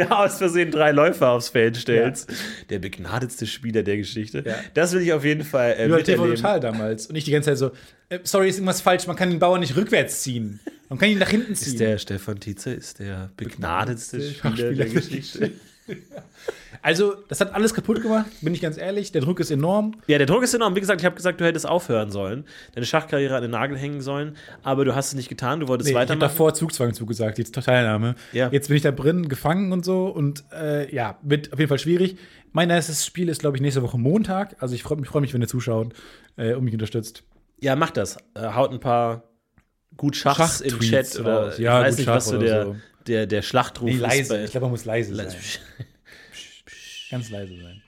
aus Versehen drei Läufer aufs Feld stellst, der begnadetste Spieler der Geschichte. Ja. Das will ich auf jeden Fall äh, Über TV miterleben. Total damals. Und ich die ganze Zeit so, äh, sorry, ist irgendwas falsch. Man kann den Bauer nicht rückwärts ziehen. Man kann ihn nach hinten ziehen. Ist der Stefan Tietze ist der begnadetste Spieler der Geschichte. Also, das hat alles kaputt gemacht, bin ich ganz ehrlich. Der Druck ist enorm. Ja, der Druck ist enorm. Wie gesagt, ich habe gesagt, du hättest aufhören sollen, deine Schachkarriere an den Nagel hängen sollen, aber du hast es nicht getan, du wolltest Nee, ich habe weitermachen. davor Zugzwang zugesagt, jetzt Teilnahme. Ja. Jetzt bin ich da drin, gefangen und so. Und äh, ja, wird auf jeden Fall schwierig. Mein erstes Spiel ist, glaube ich, nächste Woche Montag. Also ich freue mich, freu mich, wenn ihr zuschaut äh, und mich unterstützt. Ja, mach das. Äh, Haut ein paar gut Schachs im Schach-Tweets Chat oder raus. Ja, ich weiß gut nicht, Schach was so oder der, so. der, der Schlachtruf Nee, ist. leise. bei- Ich glaube, man muss leise sein. leise. Ganz leise sein.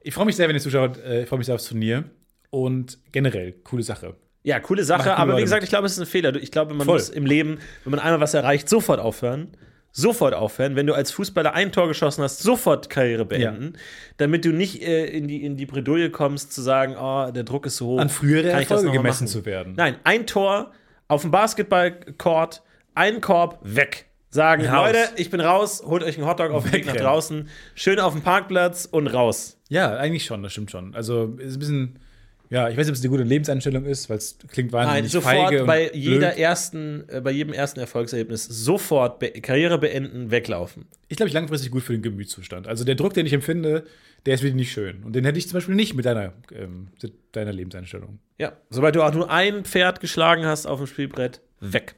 Ich freue mich sehr, wenn ihr zuschaut. Äh, Ich freue mich sehr aufs Turnier. Und generell, coole Sache. um Ja, coole Sache, Machen die aber wie Leute gesagt, mit. ich glaube, es ist ein Fehler. Du- Ich glaube, man Voll. muss im Leben, wenn man einmal was erreicht, sofort aufhören. Sofort aufhören. Wenn du als Fußballer ein Tor geschossen hast, sofort Karriere beenden, damit du nicht äh, in, die, in die Bredouille kommst, zu sagen, oh, der Druck ist so hoch. An frühere kann ich das Erfolge noch mal gemessen machen? zu werden. Nein, ein Tor auf dem Basketballcourt, ein Korb, weg. Sagen, Raus. Leute, ich bin raus, holt euch einen Hotdog auf dem Weg nach Wegrennen. draußen, schön auf dem Parkplatz und raus. Ja, eigentlich schon, das stimmt schon. Also ist ein bisschen, ja, ich weiß nicht, ob es eine gute Lebenseinstellung ist, weil es klingt Nein, wahnsinnig sofort feige und bei blöd. jeder ersten, äh, bei jedem ersten Erfolgserlebnis sofort be Karriere beenden, weglaufen. ich glaube, ich langfristig gut für den Gemütszustand. Also der Druck, den ich empfinde, der ist wieder nicht schön. Und den hätte ich zum Beispiel nicht mit deiner, ähm, mit deiner Lebenseinstellung. Ja, sobald du auch nur ein Pferd geschlagen hast auf dem Spielbrett, weg.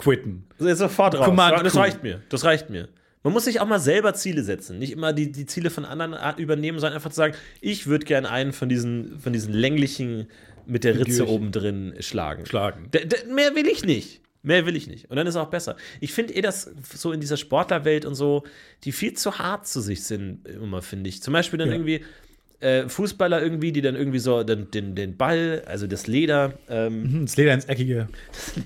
Quitten. Also jetzt sofort raus. Command das Q. reicht mir. Das reicht mir. Man muss sich auch mal selber Ziele setzen. Nicht immer die, die Ziele von anderen a- übernehmen, sondern einfach zu sagen, ich würde gern einen von diesen, von diesen länglichen mit der Ritze Figürchen. oben drin schlagen. Schlagen. D d- mehr will ich nicht. Mehr will ich nicht. Und dann ist auch besser. Ich finde eh, dass so in dieser Sportlerwelt und so, die viel zu hart zu sich sind, immer, finde ich. Zum Beispiel dann irgendwie äh, Fußballer irgendwie, die dann irgendwie so den, den, den Ball, also das Leder, ähm, Hm, Das Leder ins Eckige.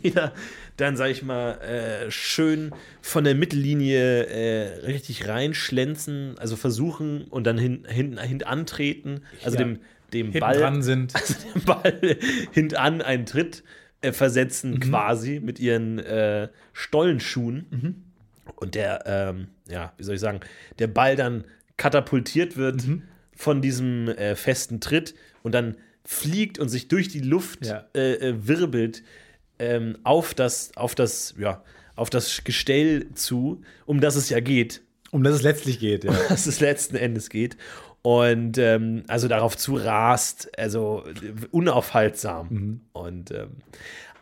wieder dann, sag ich mal, äh, schön von der Mittellinie äh, richtig reinschlänzen, also versuchen und dann hin, hinten hin antreten, also Ja. dem, dem Hinten Ball, dran sind. dem Ball hintan einen Tritt äh, versetzen, quasi mit ihren äh, Stollenschuhen. Und der, ähm, ja, wie soll ich sagen, der Ball dann katapultiert wird von diesem äh, festen Tritt und dann fliegt und sich durch die Luft Ja. äh, äh, wirbelt ähm, auf das, auf das, ja, auf das Gestell zu, um das es ja geht, Um das es letztlich geht, ja. dass es letzten Endes geht. Und ähm, also darauf zu rast, also äh, unaufhaltsam. Mhm. Und ähm,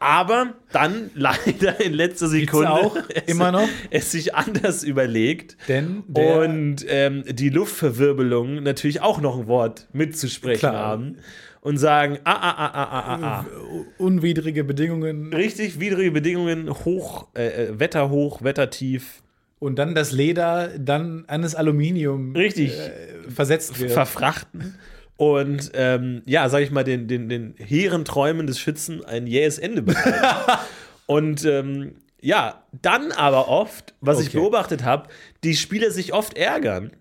aber dann leider in letzter Sekunde auch? Immer noch? es sich anders überlegt. Denn der- und ähm, die Luftverwirbelung natürlich auch noch ein Wort mitzusprechen Klar. Mhm. haben und sagen, ah, ah, ah, ah, ah, ah, ah. Unwidrige Bedingungen. Richtig widrige Bedingungen, hoch, äh, äh, Wetter hoch, Wetter tief. Und dann das Leder, dann an das Aluminium Richtig. äh, versetzt wird. verfrachten und ähm, ja, sag ich mal, den, den, den hehren Träumen des Schützen ein jähes Ende bereiten. und ähm, ja, dann aber oft, was ich Okay. beobachtet habe, die Spieler sich oft ärgern,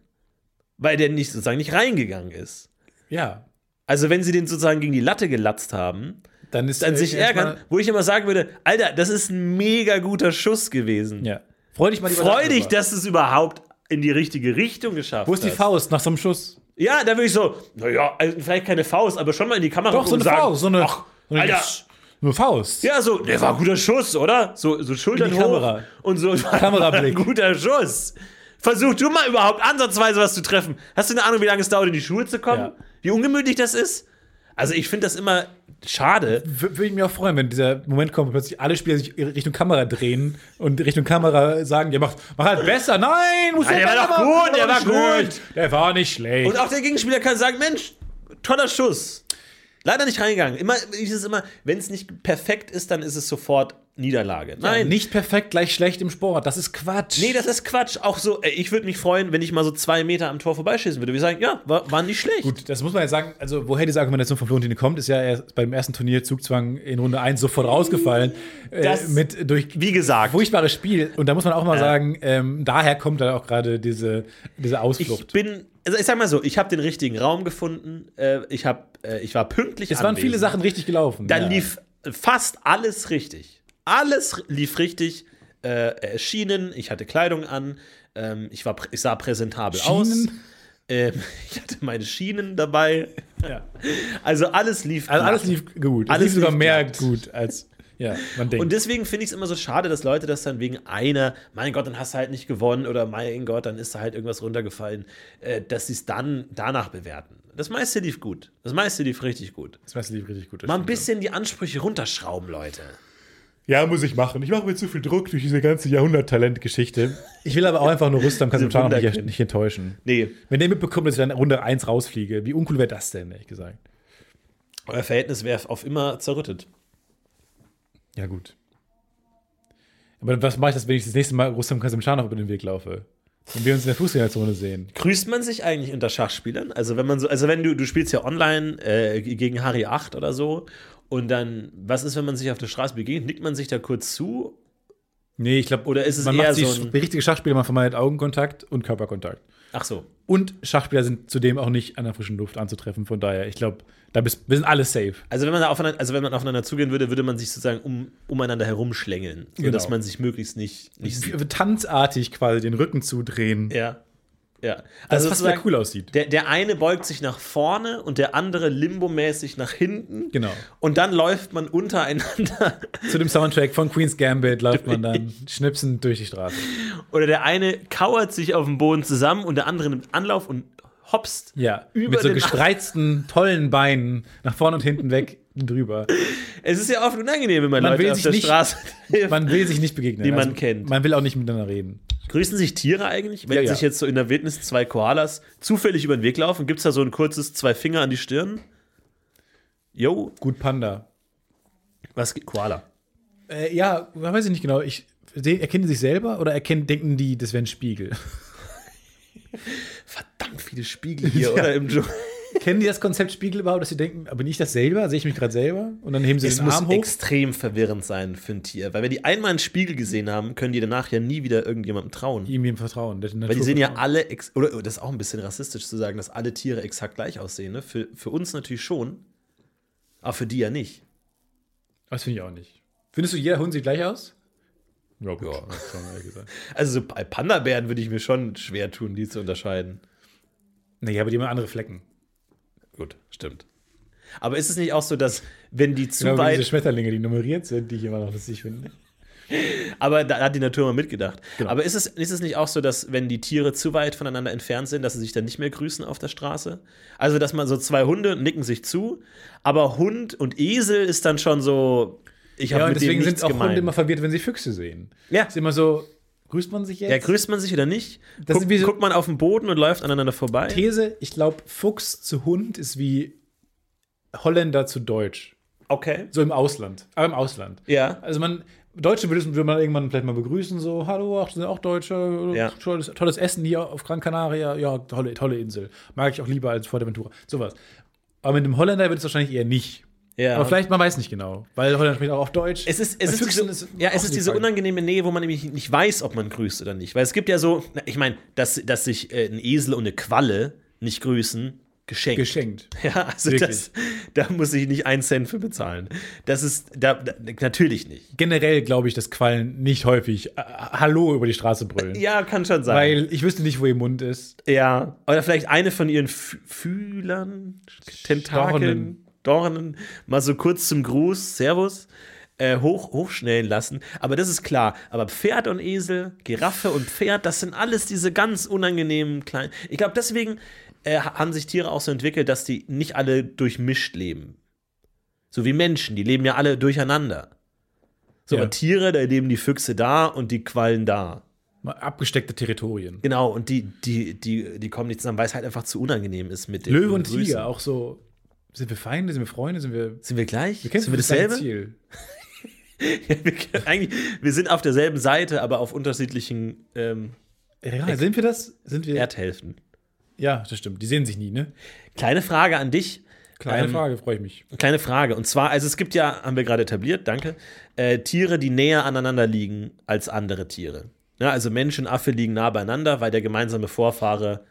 weil der nicht sozusagen nicht reingegangen ist. ja. Also wenn sie den sozusagen gegen die Latte gelatzt haben, Dann ist dann äh, sich erstmal- ärgern, wo ich immer sagen würde, Alter, das ist ein mega guter Schuss gewesen. Ja. Freu dich mal die Freu dich, dass dass du es überhaupt in die richtige Richtung geschafft Wo ist die hast. Faust nach so einem Schuss? Ja, da würde ich so, naja, also vielleicht keine Faust, aber schon mal in die Kamera Doch, so gucken eine und sagen, Faust. So eine, ach, so eine, Alter. eine Faust. Ja, so, der war ein guter Schuss, oder? So, so Schultern In die hoch Kamera. und so Kamerablick. guter Schuss. Versuch du mal überhaupt ansatzweise was zu treffen. Hast du eine Ahnung, wie lange es dauert, in die Schule zu kommen? Ja. Wie ungemütlich das ist? Also ich finde das immer schade. Würde ich mich auch freuen, wenn dieser Moment kommt, wo plötzlich alle Spieler sich Richtung Kamera drehen und Richtung Kamera sagen, ja, mach, mach halt besser. Nein, muss Nein, der war besser doch machen. gut, der nicht war gut. schlecht. Der war nicht schlecht. Und auch der Gegenspieler kann sagen, Mensch, toller Schuss. Leider nicht reingegangen. Immer, ich ist immer, wenn es nicht perfekt ist, dann ist es sofort Niederlage. Nein, nicht perfekt gleich schlecht im Sport. Das ist Quatsch. Nee, das ist Quatsch. Auch so, ey, ich würde mich freuen, wenn ich mal so zwei Meter am Tor vorbeischießen würde. Wir sagen, ja, war, war nicht schlecht. Gut, das muss man ja sagen, also woher diese Argumentation von Florentine kommt, ist ja erst beim ersten Turnier Zugzwang in Runde 1 sofort rausgefallen. Das- äh, mit durch Wie gesagt, furchtbares Spiel. Und da muss man auch mal sagen, ähm, daher kommt dann auch gerade diese, diese ich Ausflucht. bin, also ich sag mal so, ich habe den richtigen Raum gefunden. Äh, ich, hab, äh, ich war pünktlich. Es waren anwesend. viele Sachen richtig gelaufen. Dann ja. lief fast alles richtig. Alles lief richtig. Äh, er ist Schienen, ich hatte Kleidung an, ähm, ich, war, prä- ich sah präsentabel aus. Schienen? Ähm, ich hatte meine Schienen dabei. Also alles lief Also alles glatt. lief gut. Alles es lief sogar lief mehr glatt. gut als ja, man denkt. Und deswegen finde ich es immer so schade, dass Leute das dann wegen einer, mein Gott, dann hast du halt nicht gewonnen oder mein Gott, dann ist da halt irgendwas runtergefallen, äh, dass sie es dann danach bewerten. Das meiste lief gut. Das meiste lief richtig gut. das meiste lief richtig gut. das Mal ein stimmt. bisschen die Ansprüche runterschrauben, Leute. Ja, muss ich machen. Ich mache mir zu viel Druck durch diese ganze Jahrhunderttalent-Geschichte. Ich will aber auch einfach nur Rustam Kasatanov nicht, Wunderkind. nicht enttäuschen. Nee. Wenn der mitbekommt, dass ich dann Runde 1 rausfliege, wie uncool wäre das denn, ehrlich gesagt? Euer Verhältnis wäre auf immer zerrüttet. Ja, gut. Aber was mache ich das, wenn ich das nächste Mal Rustam Kasimchanov über den Weg laufe? Und wir uns in der Fußgängerzone sehen. Grüßt man sich eigentlich unter Schachspielern? Also wenn man so, also wenn du, du spielst ja online äh, gegen Harry 8 oder so und dann, was ist, wenn man sich auf der Straße begegnet? Nickt man sich da kurz zu? Nee, ich glaube, Oder ist es man eher macht die so ein- richtige Schachspieler, man vermeidet Augenkontakt und Körperkontakt. Ach so. Und Schachspieler sind zudem auch nicht an der frischen Luft anzutreffen. Von daher, ich glaube, da bist, wir sind alle safe. Also wenn man da aufeinander, also wenn man aufeinander zugehen würde, würde man sich sozusagen um, umeinander herumschlängeln, so Genau. Mhm. dass man sich möglichst nicht, nicht sieht. Tanzartig quasi den Rücken zudrehen. Ja. Ja. Das Also ist fast sozusagen, wieder cool aussieht. Der, der eine beugt sich nach vorne und der andere limbomäßig nach hinten. Genau. Und dann läuft man untereinander. Zu dem Soundtrack von Queen's Gambit läuft man dann schnipsend durch die Straße. Oder der eine kauert sich auf dem Boden zusammen und der andere nimmt Anlauf und hopst. Ja, Über mit so den- gespreizten, tollen Beinen nach vorne und hinten weg drüber. Es ist ja oft unangenehm, wenn man, Man Leute will auf sich der nicht- Straße trifft. Man will sich nicht begegnen. Also, Die man kennt. Man will auch nicht miteinander reden. Grüßen sich Tiere eigentlich? Wenn Ja, ja. sich jetzt so in der Wildnis zwei Koalas zufällig über den Weg laufen, gibt es da so ein kurzes zwei Finger an die Stirn? Yo, Gut, Panda. was geht? Koala. Äh, ja, weiß ich nicht genau. Ich, seh- erkennen die sich selber oder erkennen, denken die, das wäre ein Spiegel? Verdammt viele Spiegel hier, oder? Im Dschungel. Kennen die das Konzept Spiegel überhaupt, dass sie denken, bin ich das selber? Sehe ich mich gerade selber? Und dann heben sie Es den muss Arm hoch. extrem verwirrend sein für ein Tier, weil wenn die einmal einen Spiegel gesehen haben, können die danach ja nie wieder irgendjemandem trauen. Ihm ihm vertrauen. der Weil die Natur sehen ja vertrauen. alle, ex oder oh, das ist auch ein bisschen rassistisch zu sagen, dass alle Tiere exakt gleich aussehen. Ne? Für, für uns natürlich schon, aber für die ja nicht. Das finde ich auch nicht. Findest du, jeder Hund sieht gleich aus? Ja, gut. schon, ehrlich gesagt. Also so bei Panda-Bären würde ich mir schon schwer tun, die zu unterscheiden. Naja, aber die haben andere Flecken. Gut, stimmt. Aber ist es nicht auch so, dass wenn die zu Genau wie diese weit, Schmetterlinge, die nummeriert sind, die ich immer noch lustig finde. aber da hat die Natur mal mitgedacht. Genau. Aber ist es, ist es nicht auch so, dass wenn die Tiere zu weit voneinander entfernt sind, dass sie sich dann nicht mehr grüßen auf der Straße? Also dass man so zwei Hunde nicken sich zu, aber Hund und Esel ist dann schon so, ich habe Ja, und mit dem deswegen nichts sind auch gemein. Hunde immer verwirrt, wenn sie Füchse sehen. Ja. Ist immer so, grüßt man sich jetzt? ja, grüßt man sich oder nicht? Das Guck, sind wie so- guckt man auf den Boden und läuft aneinander vorbei? These, ich glaube, Fuchs zu Hund ist wie Holländer zu Deutsch. okay. So im Ausland. Aber im Ausland. Ja. Also man, Deutsche würde, würde man irgendwann vielleicht mal begrüßen, so, hallo, ach, sind auch Deutsche, Ja. tolles, tolles Essen hier auf Gran Canaria, ja, tolle, tolle Insel. Mag ich auch lieber als Fuerteventura. Sowas. Aber mit einem Holländer wird es wahrscheinlich eher nicht. Ja. Aber vielleicht, man weiß nicht genau, weil Holländer spricht auch auf Deutsch. Es ist, es Bei ist, diese, Füchsen ja, auch es ist die diese Frage. unangenehme Nähe, wo man nämlich nicht weiß, ob man grüßt oder nicht. Weil es gibt ja so, na, ich meine, dass, dass sich äh, ein Esel und eine Qualle nicht grüßen, geschenkt. geschenkt. Ja, also das, da muss ich nicht einen Cent für bezahlen. Das ist, da, da, natürlich nicht. Generell glaube ich, dass Quallen nicht häufig äh, Hallo über die Straße brüllen. Ja, kann schon sein. Weil ich wüsste nicht, wo ihr Mund ist. ja. Oder vielleicht eine von ihren Fü- Fühlern, Tentakeln, Dornen. mal so kurz zum Gruß, Servus, äh, hoch, hochschnellen lassen. Aber das ist klar. Aber Pferd und Esel, Giraffe und Pferd, das sind alles diese ganz unangenehmen kleinen. Ich glaube, deswegen äh, haben sich Tiere auch so entwickelt, dass die nicht alle durchmischt leben. So wie Menschen, die leben ja alle durcheinander. So, Ja. aber Tiere, da leben die Füchse da und die Quallen da. Mal abgesteckte Territorien. Genau, und die, die, die, die kommen nicht zusammen, weil es halt einfach zu unangenehm ist mit den Löwe und Grüßen. Tiger, auch so. Sind wir Feinde? Sind wir Freunde? Sind wir. Sind wir gleich? Wir kämpfen sind wir für das gleiche Ziel. dasselbe? Ja, wir, können- eigentlich, wir sind auf derselben Seite, aber auf unterschiedlichen ähm, Ja, sind wir das? Sind wir. Erdhälften. ja, das stimmt. Die sehen sich nie, ne? Kleine Frage an dich. Kleine Ähm, Frage, freue ich mich. Kleine Frage. Und zwar, also es gibt ja, haben wir gerade etabliert, danke, äh, Tiere, die näher aneinander liegen als andere Tiere. Ja, also Mensch und Affe liegen nah beieinander, weil der gemeinsame Vorfahre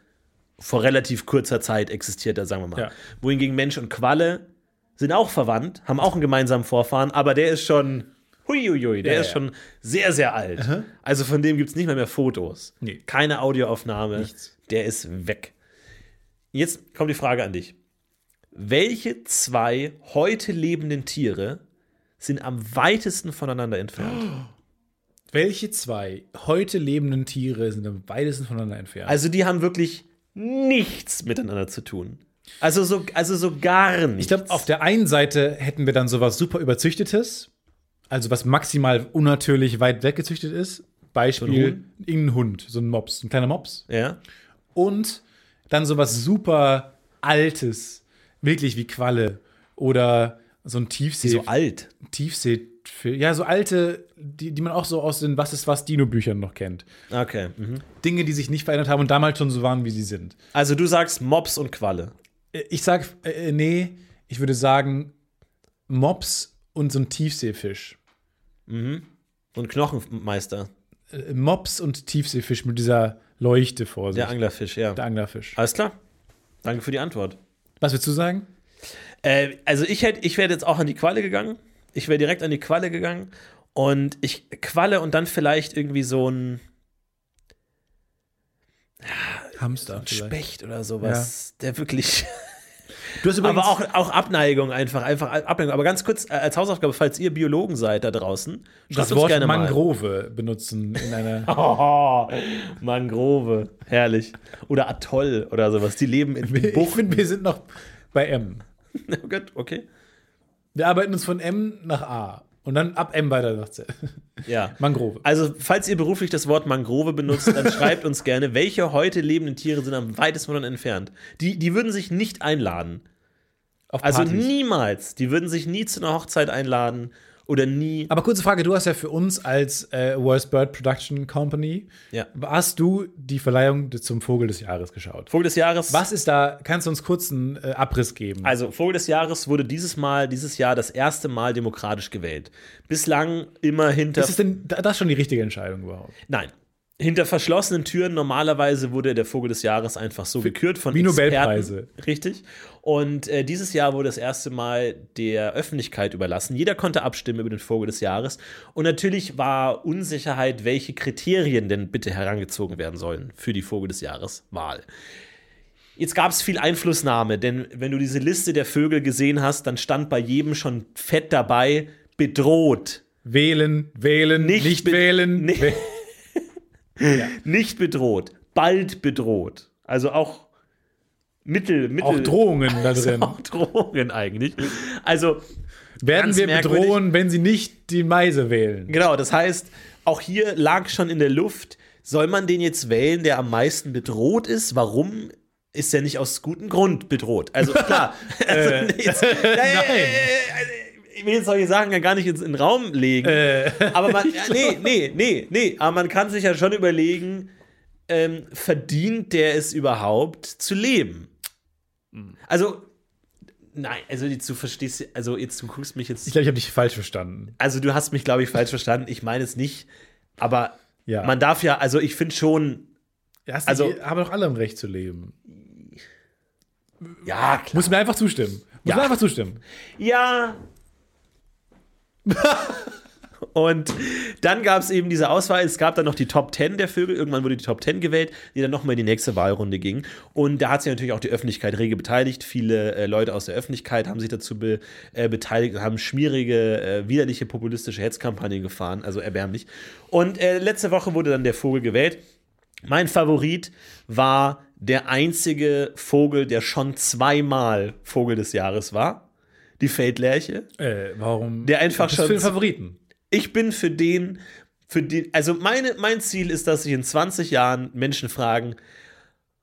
vor relativ kurzer Zeit existiert, sagen wir mal. Ja. Wohingegen Mensch und Qualle sind auch verwandt, haben auch einen gemeinsamen Vorfahren, aber der ist schon, huiuiui, der Ja, ist ja. schon sehr, sehr alt. Also von dem gibt es nicht mal mehr Fotos. Nee. Keine Audioaufnahme. Nichts. Der ist weg. Jetzt kommt die Frage an dich. Welche zwei heute lebenden Tiere sind am weitesten voneinander entfernt? Welche zwei heute lebenden Tiere sind am weitesten voneinander entfernt? Also die haben wirklich nichts miteinander zu tun. Also so, also so gar nichts. ich glaube, auf der einen Seite hätten wir dann sowas super überzüchtetes, also was maximal unnatürlich weit weggezüchtet ist. Beispiel irgendein Hund, so ein Mops, ein kleiner Mops. ja? und dann sowas super Altes, wirklich wie Qualle oder so ein Tiefsee, So alt. Tiefsee, ja so alte, die, die man auch so aus den Was ist was Dino Büchern noch kennt. Okay. Mhm. Dinge, die sich nicht verändert haben und damals schon so waren, wie sie sind. Also du sagst Mops und Qualle. Äh, Ich sag äh, nee, ich würde sagen Mops und so ein Tiefseefisch. Und Knochenmeister. Äh, Mops und Tiefseefisch mit dieser Leuchte vor sich. Der Anglerfisch, ja. Der Anglerfisch. Alles klar. Danke für die Antwort. Was würdest du sagen? Äh, also ich hätte, ich wäre jetzt auch an die Qualle gegangen. Ich wäre direkt an die Qualle gegangen und ich Qualle und dann vielleicht irgendwie so ein Hamster. vielleicht. Specht oder sowas, der wirklich. Du hast Aber auch, auch Abneigung einfach, einfach Abneigung. Aber ganz kurz äh, als Hausaufgabe, falls ihr Biologen seid da draußen, schreibt das uns Wort gerne mal. Mangrove benutzen in einer Oh, Mangrove, herrlich. Oder Atoll oder sowas. Die leben in Wir- Ich Buchten. finde, wir sind noch bei M. Oh Gott, okay. Wir arbeiten uns von M nach A und dann ab M weiter nach Z. Ja. Mangrove. Also, falls ihr beruflich das Wort Mangrove benutzt, dann schreibt uns gerne, welche heute lebenden Tiere sind am weitesten von uns entfernt. Die, die würden sich nicht einladen. Auf Also Partys. niemals. Die würden sich nie zu einer Hochzeit einladen oder nie. Aber kurze Frage, du hast ja für uns als äh, Worst Bird Production Company, Ja. hast du die Verleihung des- zum Vogel des Jahres geschaut? Vogel des Jahres. Was ist da, kannst du uns kurz einen äh, Abriss geben? Also, Vogel des Jahres wurde dieses Mal, dieses Jahr, das erste Mal demokratisch gewählt. Bislang immer hinter. ist es denn da- das ist schon die richtige Entscheidung überhaupt? Nein. Hinter verschlossenen Türen normalerweise wurde der Vogel des Jahres einfach so gekürt von wie Nobelpreise. Experten. Richtig. Und äh, dieses Jahr wurde das erste Mal der Öffentlichkeit überlassen. Jeder konnte abstimmen über den Vogel des Jahres. Und natürlich war Unsicherheit, welche Kriterien denn bitte herangezogen werden sollen für die Vogel des Jahres Wahl. Jetzt gab es viel Einflussnahme, denn wenn du diese Liste der Vögel gesehen hast, dann stand bei jedem schon fett dabei bedroht. Wählen, wählen, nicht, Nicht be- wählen. nicht- wäh- Nicht bedroht, bald bedroht. Also auch Mittel, Mittel. Auch Drohungen da drin. Auch Drohungen eigentlich. Also, Werden ganz wir merkwürdig. bedrohen, wenn sie nicht die Meise wählen? genau, das heißt, auch hier lag schon in der Luft, soll man den jetzt wählen, der am meisten bedroht ist? Warum ist er nicht aus gutem Grund bedroht? Also klar, also, jetzt, nein. Also, ich will jetzt solche Sachen ja gar nicht ins, in den Raum legen. Aber man, ja, nee, nee, nee, nee, aber man kann sich ja schon überlegen, ähm, verdient der es überhaupt zu leben? Also, nein, also jetzt, du verstehst, also jetzt, du guckst mich jetzt Ich glaube, ich habe dich falsch verstanden. also du hast mich, glaube ich, falsch verstanden. Ich meine es nicht, aber Ja. man darf ja, also ich finde schon, Hast Also- also, haben doch alle ein Recht zu leben. Ja, klar. Muss mir einfach zustimmen. Muss mir einfach zustimmen. Ja. Und dann gab es eben diese Auswahl. Es gab dann noch die Top 10 der Vögel. Irgendwann wurde die Top 10 gewählt, die dann nochmal in die nächste Wahlrunde ging. Und da hat sich natürlich auch die Öffentlichkeit rege beteiligt. Viele äh, Leute aus der Öffentlichkeit haben sich dazu be äh, beteiligt und haben schmierige, äh, widerliche populistische Hetzkampagnen gefahren. Also erbärmlich. Und äh, letzte Woche wurde dann der Vogel gewählt. Mein Favorit war der einzige Vogel, der schon zweimal Vogel des Jahres war. Die Feldlerche. Äh, warum? Der einfach Das ist schon- für den Favoriten. Ich bin für den, für den, also meine, mein Ziel ist, dass sich in 20 Jahren Menschen fragen,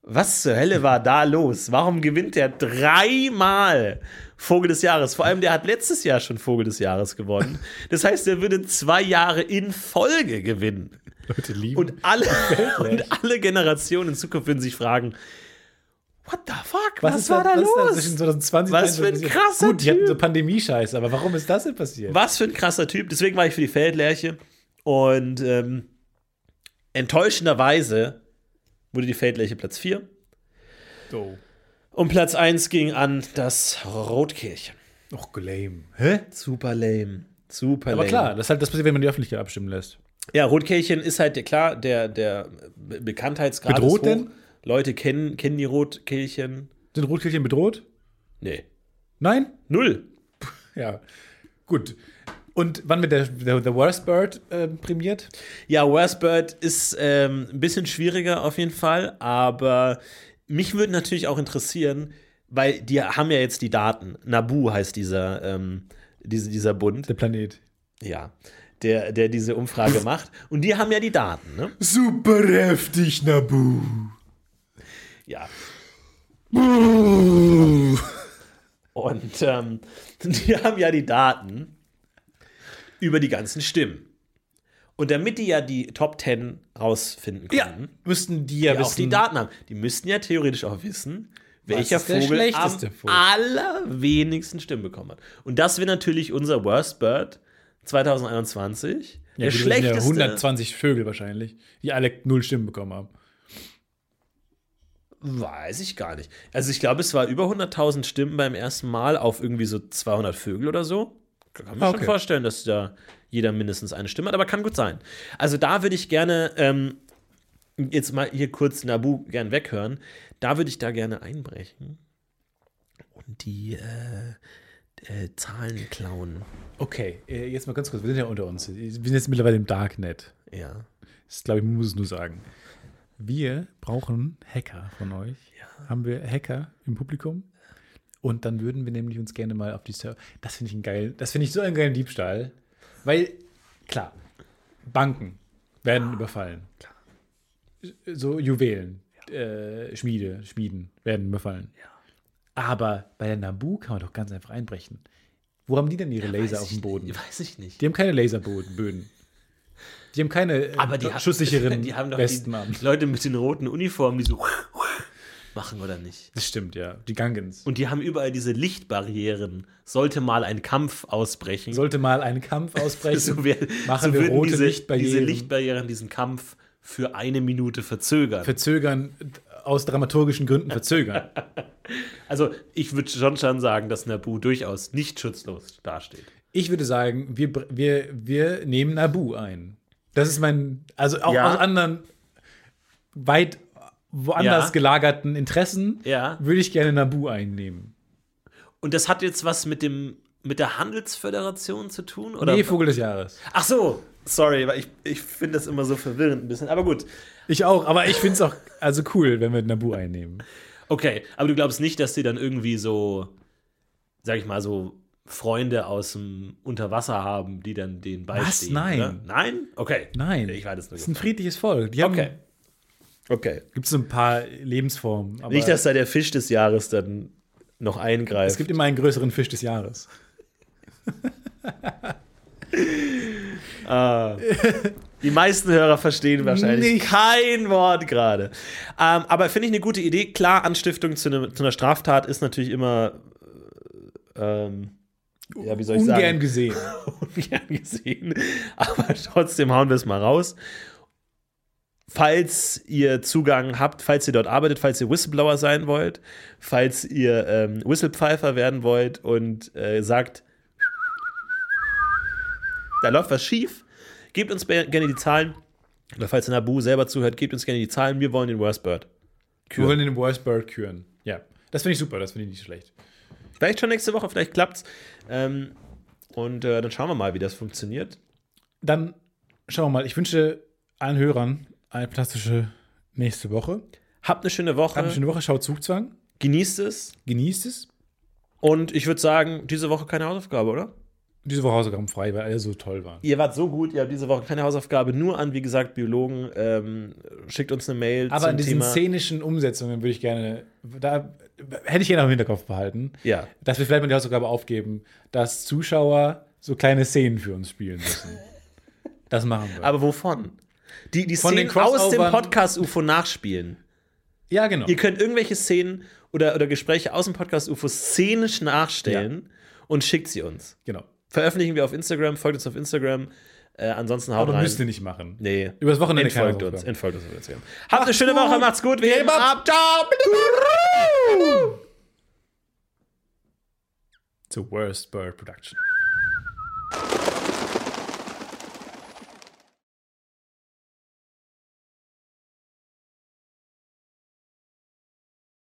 was zur Hölle war da los? Warum gewinnt der dreimal Vogel des Jahres? Vor allem, der hat letztes Jahr schon Vogel des Jahres gewonnen. Das heißt, er würde zwei Jahre in Folge gewinnen. Leute lieben. Und alle, und alle Generationen in Zukunft würden sich fragen, what the fuck, was, war da was ist los? zwischen 2020 Was für ein 2021? krasser Gut, die hatten Typ. so Pandemie-Scheiße, aber warum ist das denn passiert? Was für ein krasser Typ. Deswegen war ich für die Feldlerche. Und ähm, enttäuschenderweise wurde die Feldlerche Platz 4. Oh, Und Platz 1 ging an das Rotkehlchen. Och, lame. Hä? Super lame. Super lame. Aber klar, das ist halt das passiert, wenn man die Öffentlichkeit abstimmen lässt. Ja, Rotkehlchen ist halt, der, klar, der, der Be- Bekanntheitsgrad Bedroht ist hoch. denn? Leute kennen, kennen die Rotkehlchen. Sind Rotkehlchen bedroht? Nee. Nein? Null. Ja. Gut. Und wann wird der, der, der Worst Bird äh, prämiert? Ja, Worst Bird ist ähm, ein bisschen schwieriger auf jeden Fall, aber mich würde natürlich auch interessieren, weil die haben ja jetzt die Daten. Nabu heißt dieser, ähm, diese, dieser Bund, Der Planet. ja, der, der diese Umfrage macht. Und die haben ja die Daten, ne? Super heftig, Nabu. Ja. Und ähm, die haben ja die Daten über die ganzen Stimmen. Und damit die ja die Top 10 rausfinden Ja, können, müssten die ja, ja, wissen. auch die Daten haben. Die müssten ja theoretisch auch wissen, welcher ist der Vogel am schlechteste Vogel? allerwenigsten Stimmen bekommen hat. Und das wäre natürlich unser Worst Bird 2021. Ja, der gut, das sind Ja schlechteste. 120 Vögel wahrscheinlich, die alle null Stimmen bekommen haben. weiß ich gar nicht. Also ich glaube, es war über 100.000 Stimmen beim ersten Mal auf irgendwie so 200 Vögel oder so. Kann man Okay. schon vorstellen, dass da jeder mindestens eine Stimme hat, aber kann gut sein. Also da würde ich gerne ähm, jetzt mal hier kurz Nabu gern weghören. Da würde ich da gerne einbrechen und die äh, äh, Zahlen klauen. Okay, äh, jetzt mal ganz kurz, wir sind ja unter uns. Wir sind jetzt mittlerweile im Darknet. Ja. Das glaube ich, man muss es nur sagen. Wir brauchen Hacker von euch. Haben wir Hacker im Publikum? Und dann würden wir nämlich uns gerne mal auf die Server. Das finde ich ein geil. Das finde ich so einen geilen Diebstahl. Weil, klar, Banken werden überfallen. So Juwelen, äh, Schmiede, Schmieden werden überfallen. Aber bei der Nabu kann man doch ganz einfach einbrechen. Wo haben die denn ihre Laser Weiß auf dem ich Boden? Nicht, weiß ich nicht. Die haben keine Laserböden. Böden. Die haben keine äh, aber die haben- schusssicheren die haben doch Westen die an. Leute mit den roten Uniformen, die so machen oder nicht. Das stimmt, ja. Die Gangens. Und die haben überall diese Lichtbarrieren. Sollte mal ein Kampf ausbrechen. Sollte mal ein Kampf ausbrechen. so wär, machen so wir würden rote diese, Lichtbarrieren. diese Lichtbarrieren diesen Kampf für eine Minute verzögern. verzögern, aus dramaturgischen Gründen verzögern. also ich würde schon schon sagen, dass Nabu durchaus nicht schutzlos dasteht. Ich würde sagen, wir, br- wir, wir nehmen Nabu ein. Das ist mein, also auch Ja. aus anderen weit woanders Ja. gelagerten Interessen Ja. würde ich gerne Nabu einnehmen. Und das hat jetzt was mit dem mit der Handelsföderation zu tun? Oder? Nee, Vogel des Jahres. Ach so, sorry, weil ich, ich finde das immer so verwirrend ein bisschen. Aber gut. Ich auch, aber ich finde es auch also cool, wenn wir Nabu einnehmen. Okay, aber du glaubst nicht, dass die dann irgendwie so, sag ich mal, so Freunde aus dem Unterwasser haben, die dann denen beistehen? Nein. Oder? Nein? Okay. Nein. Ich weiß es Das nicht. ist ein friedliches Volk. Die haben, Okay. Okay. Gibt es so ein paar Lebensformen. Aber Nicht, dass da der Fisch des Jahres dann noch eingreift. es gibt immer einen größeren Fisch des Jahres. Die meisten Hörer verstehen wahrscheinlich Nicht. kein Wort gerade. Ähm, aber finde ich eine gute Idee. Klar, Anstiftung zu, ne, zu einer Straftat ist natürlich immer, äh, ähm, ja, wie soll ich Ungern sagen? gesehen. ungern gesehen. Aber trotzdem hauen wir es mal raus. falls ihr Zugang habt, falls ihr dort arbeitet, falls ihr Whistleblower sein wollt, falls ihr ähm, Whistlepfeifer werden wollt und äh, sagt, da läuft was schief, gebt uns be- gerne die Zahlen. Oder falls ihr Nabu selber zuhört, gebt uns gerne die Zahlen. Wir wollen den Worst Bird. Wir wollen den Worst Bird küren. Ja. Das finde ich super, das finde ich nicht schlecht. Vielleicht schon nächste Woche, vielleicht klappt's. Ähm, und äh, dann schauen wir mal, wie das funktioniert. Dann schauen wir mal. Ich wünsche allen Hörern eine fantastische nächste Woche. Habt eine schöne Woche, Habt eine schöne Woche, schaut Zugzwang, genießt es. genießt es. Und ich würde sagen, diese Woche keine Hausaufgabe, oder? Diese Woche Hausaufgaben frei, weil alle so toll waren. Ihr wart so gut, ihr habt diese Woche keine Hausaufgabe, nur an, wie gesagt, Biologen. Ähm, schickt uns eine Mail Aber in diesen Thema. szenischen Umsetzungen würde ich gerne, da hätte ich gerne noch im Hinterkopf behalten, Ja. dass wir vielleicht mal die Hausaufgabe aufgeben, dass Zuschauer so kleine Szenen für uns spielen müssen. das machen wir. Aber wovon? Die, die Von Szenen den aus dem Crossovern- Podcast-UFO nachspielen. ja, genau. Ihr könnt irgendwelche Szenen oder, oder Gespräche aus dem Podcast-UFO szenisch nachstellen und schickt sie uns. genau. Veröffentlichen wir auf Instagram, folgt uns auf Instagram. Äh, ansonsten haut Aber rein. müsst ihr nicht machen. nee. Übers Wochenende keine Entfolgt uns, Hausaufgaben. entfolgt uns auf Instagram. Habt eine schöne Woche, macht's gut, wir heben ab. The Worst Bird Production.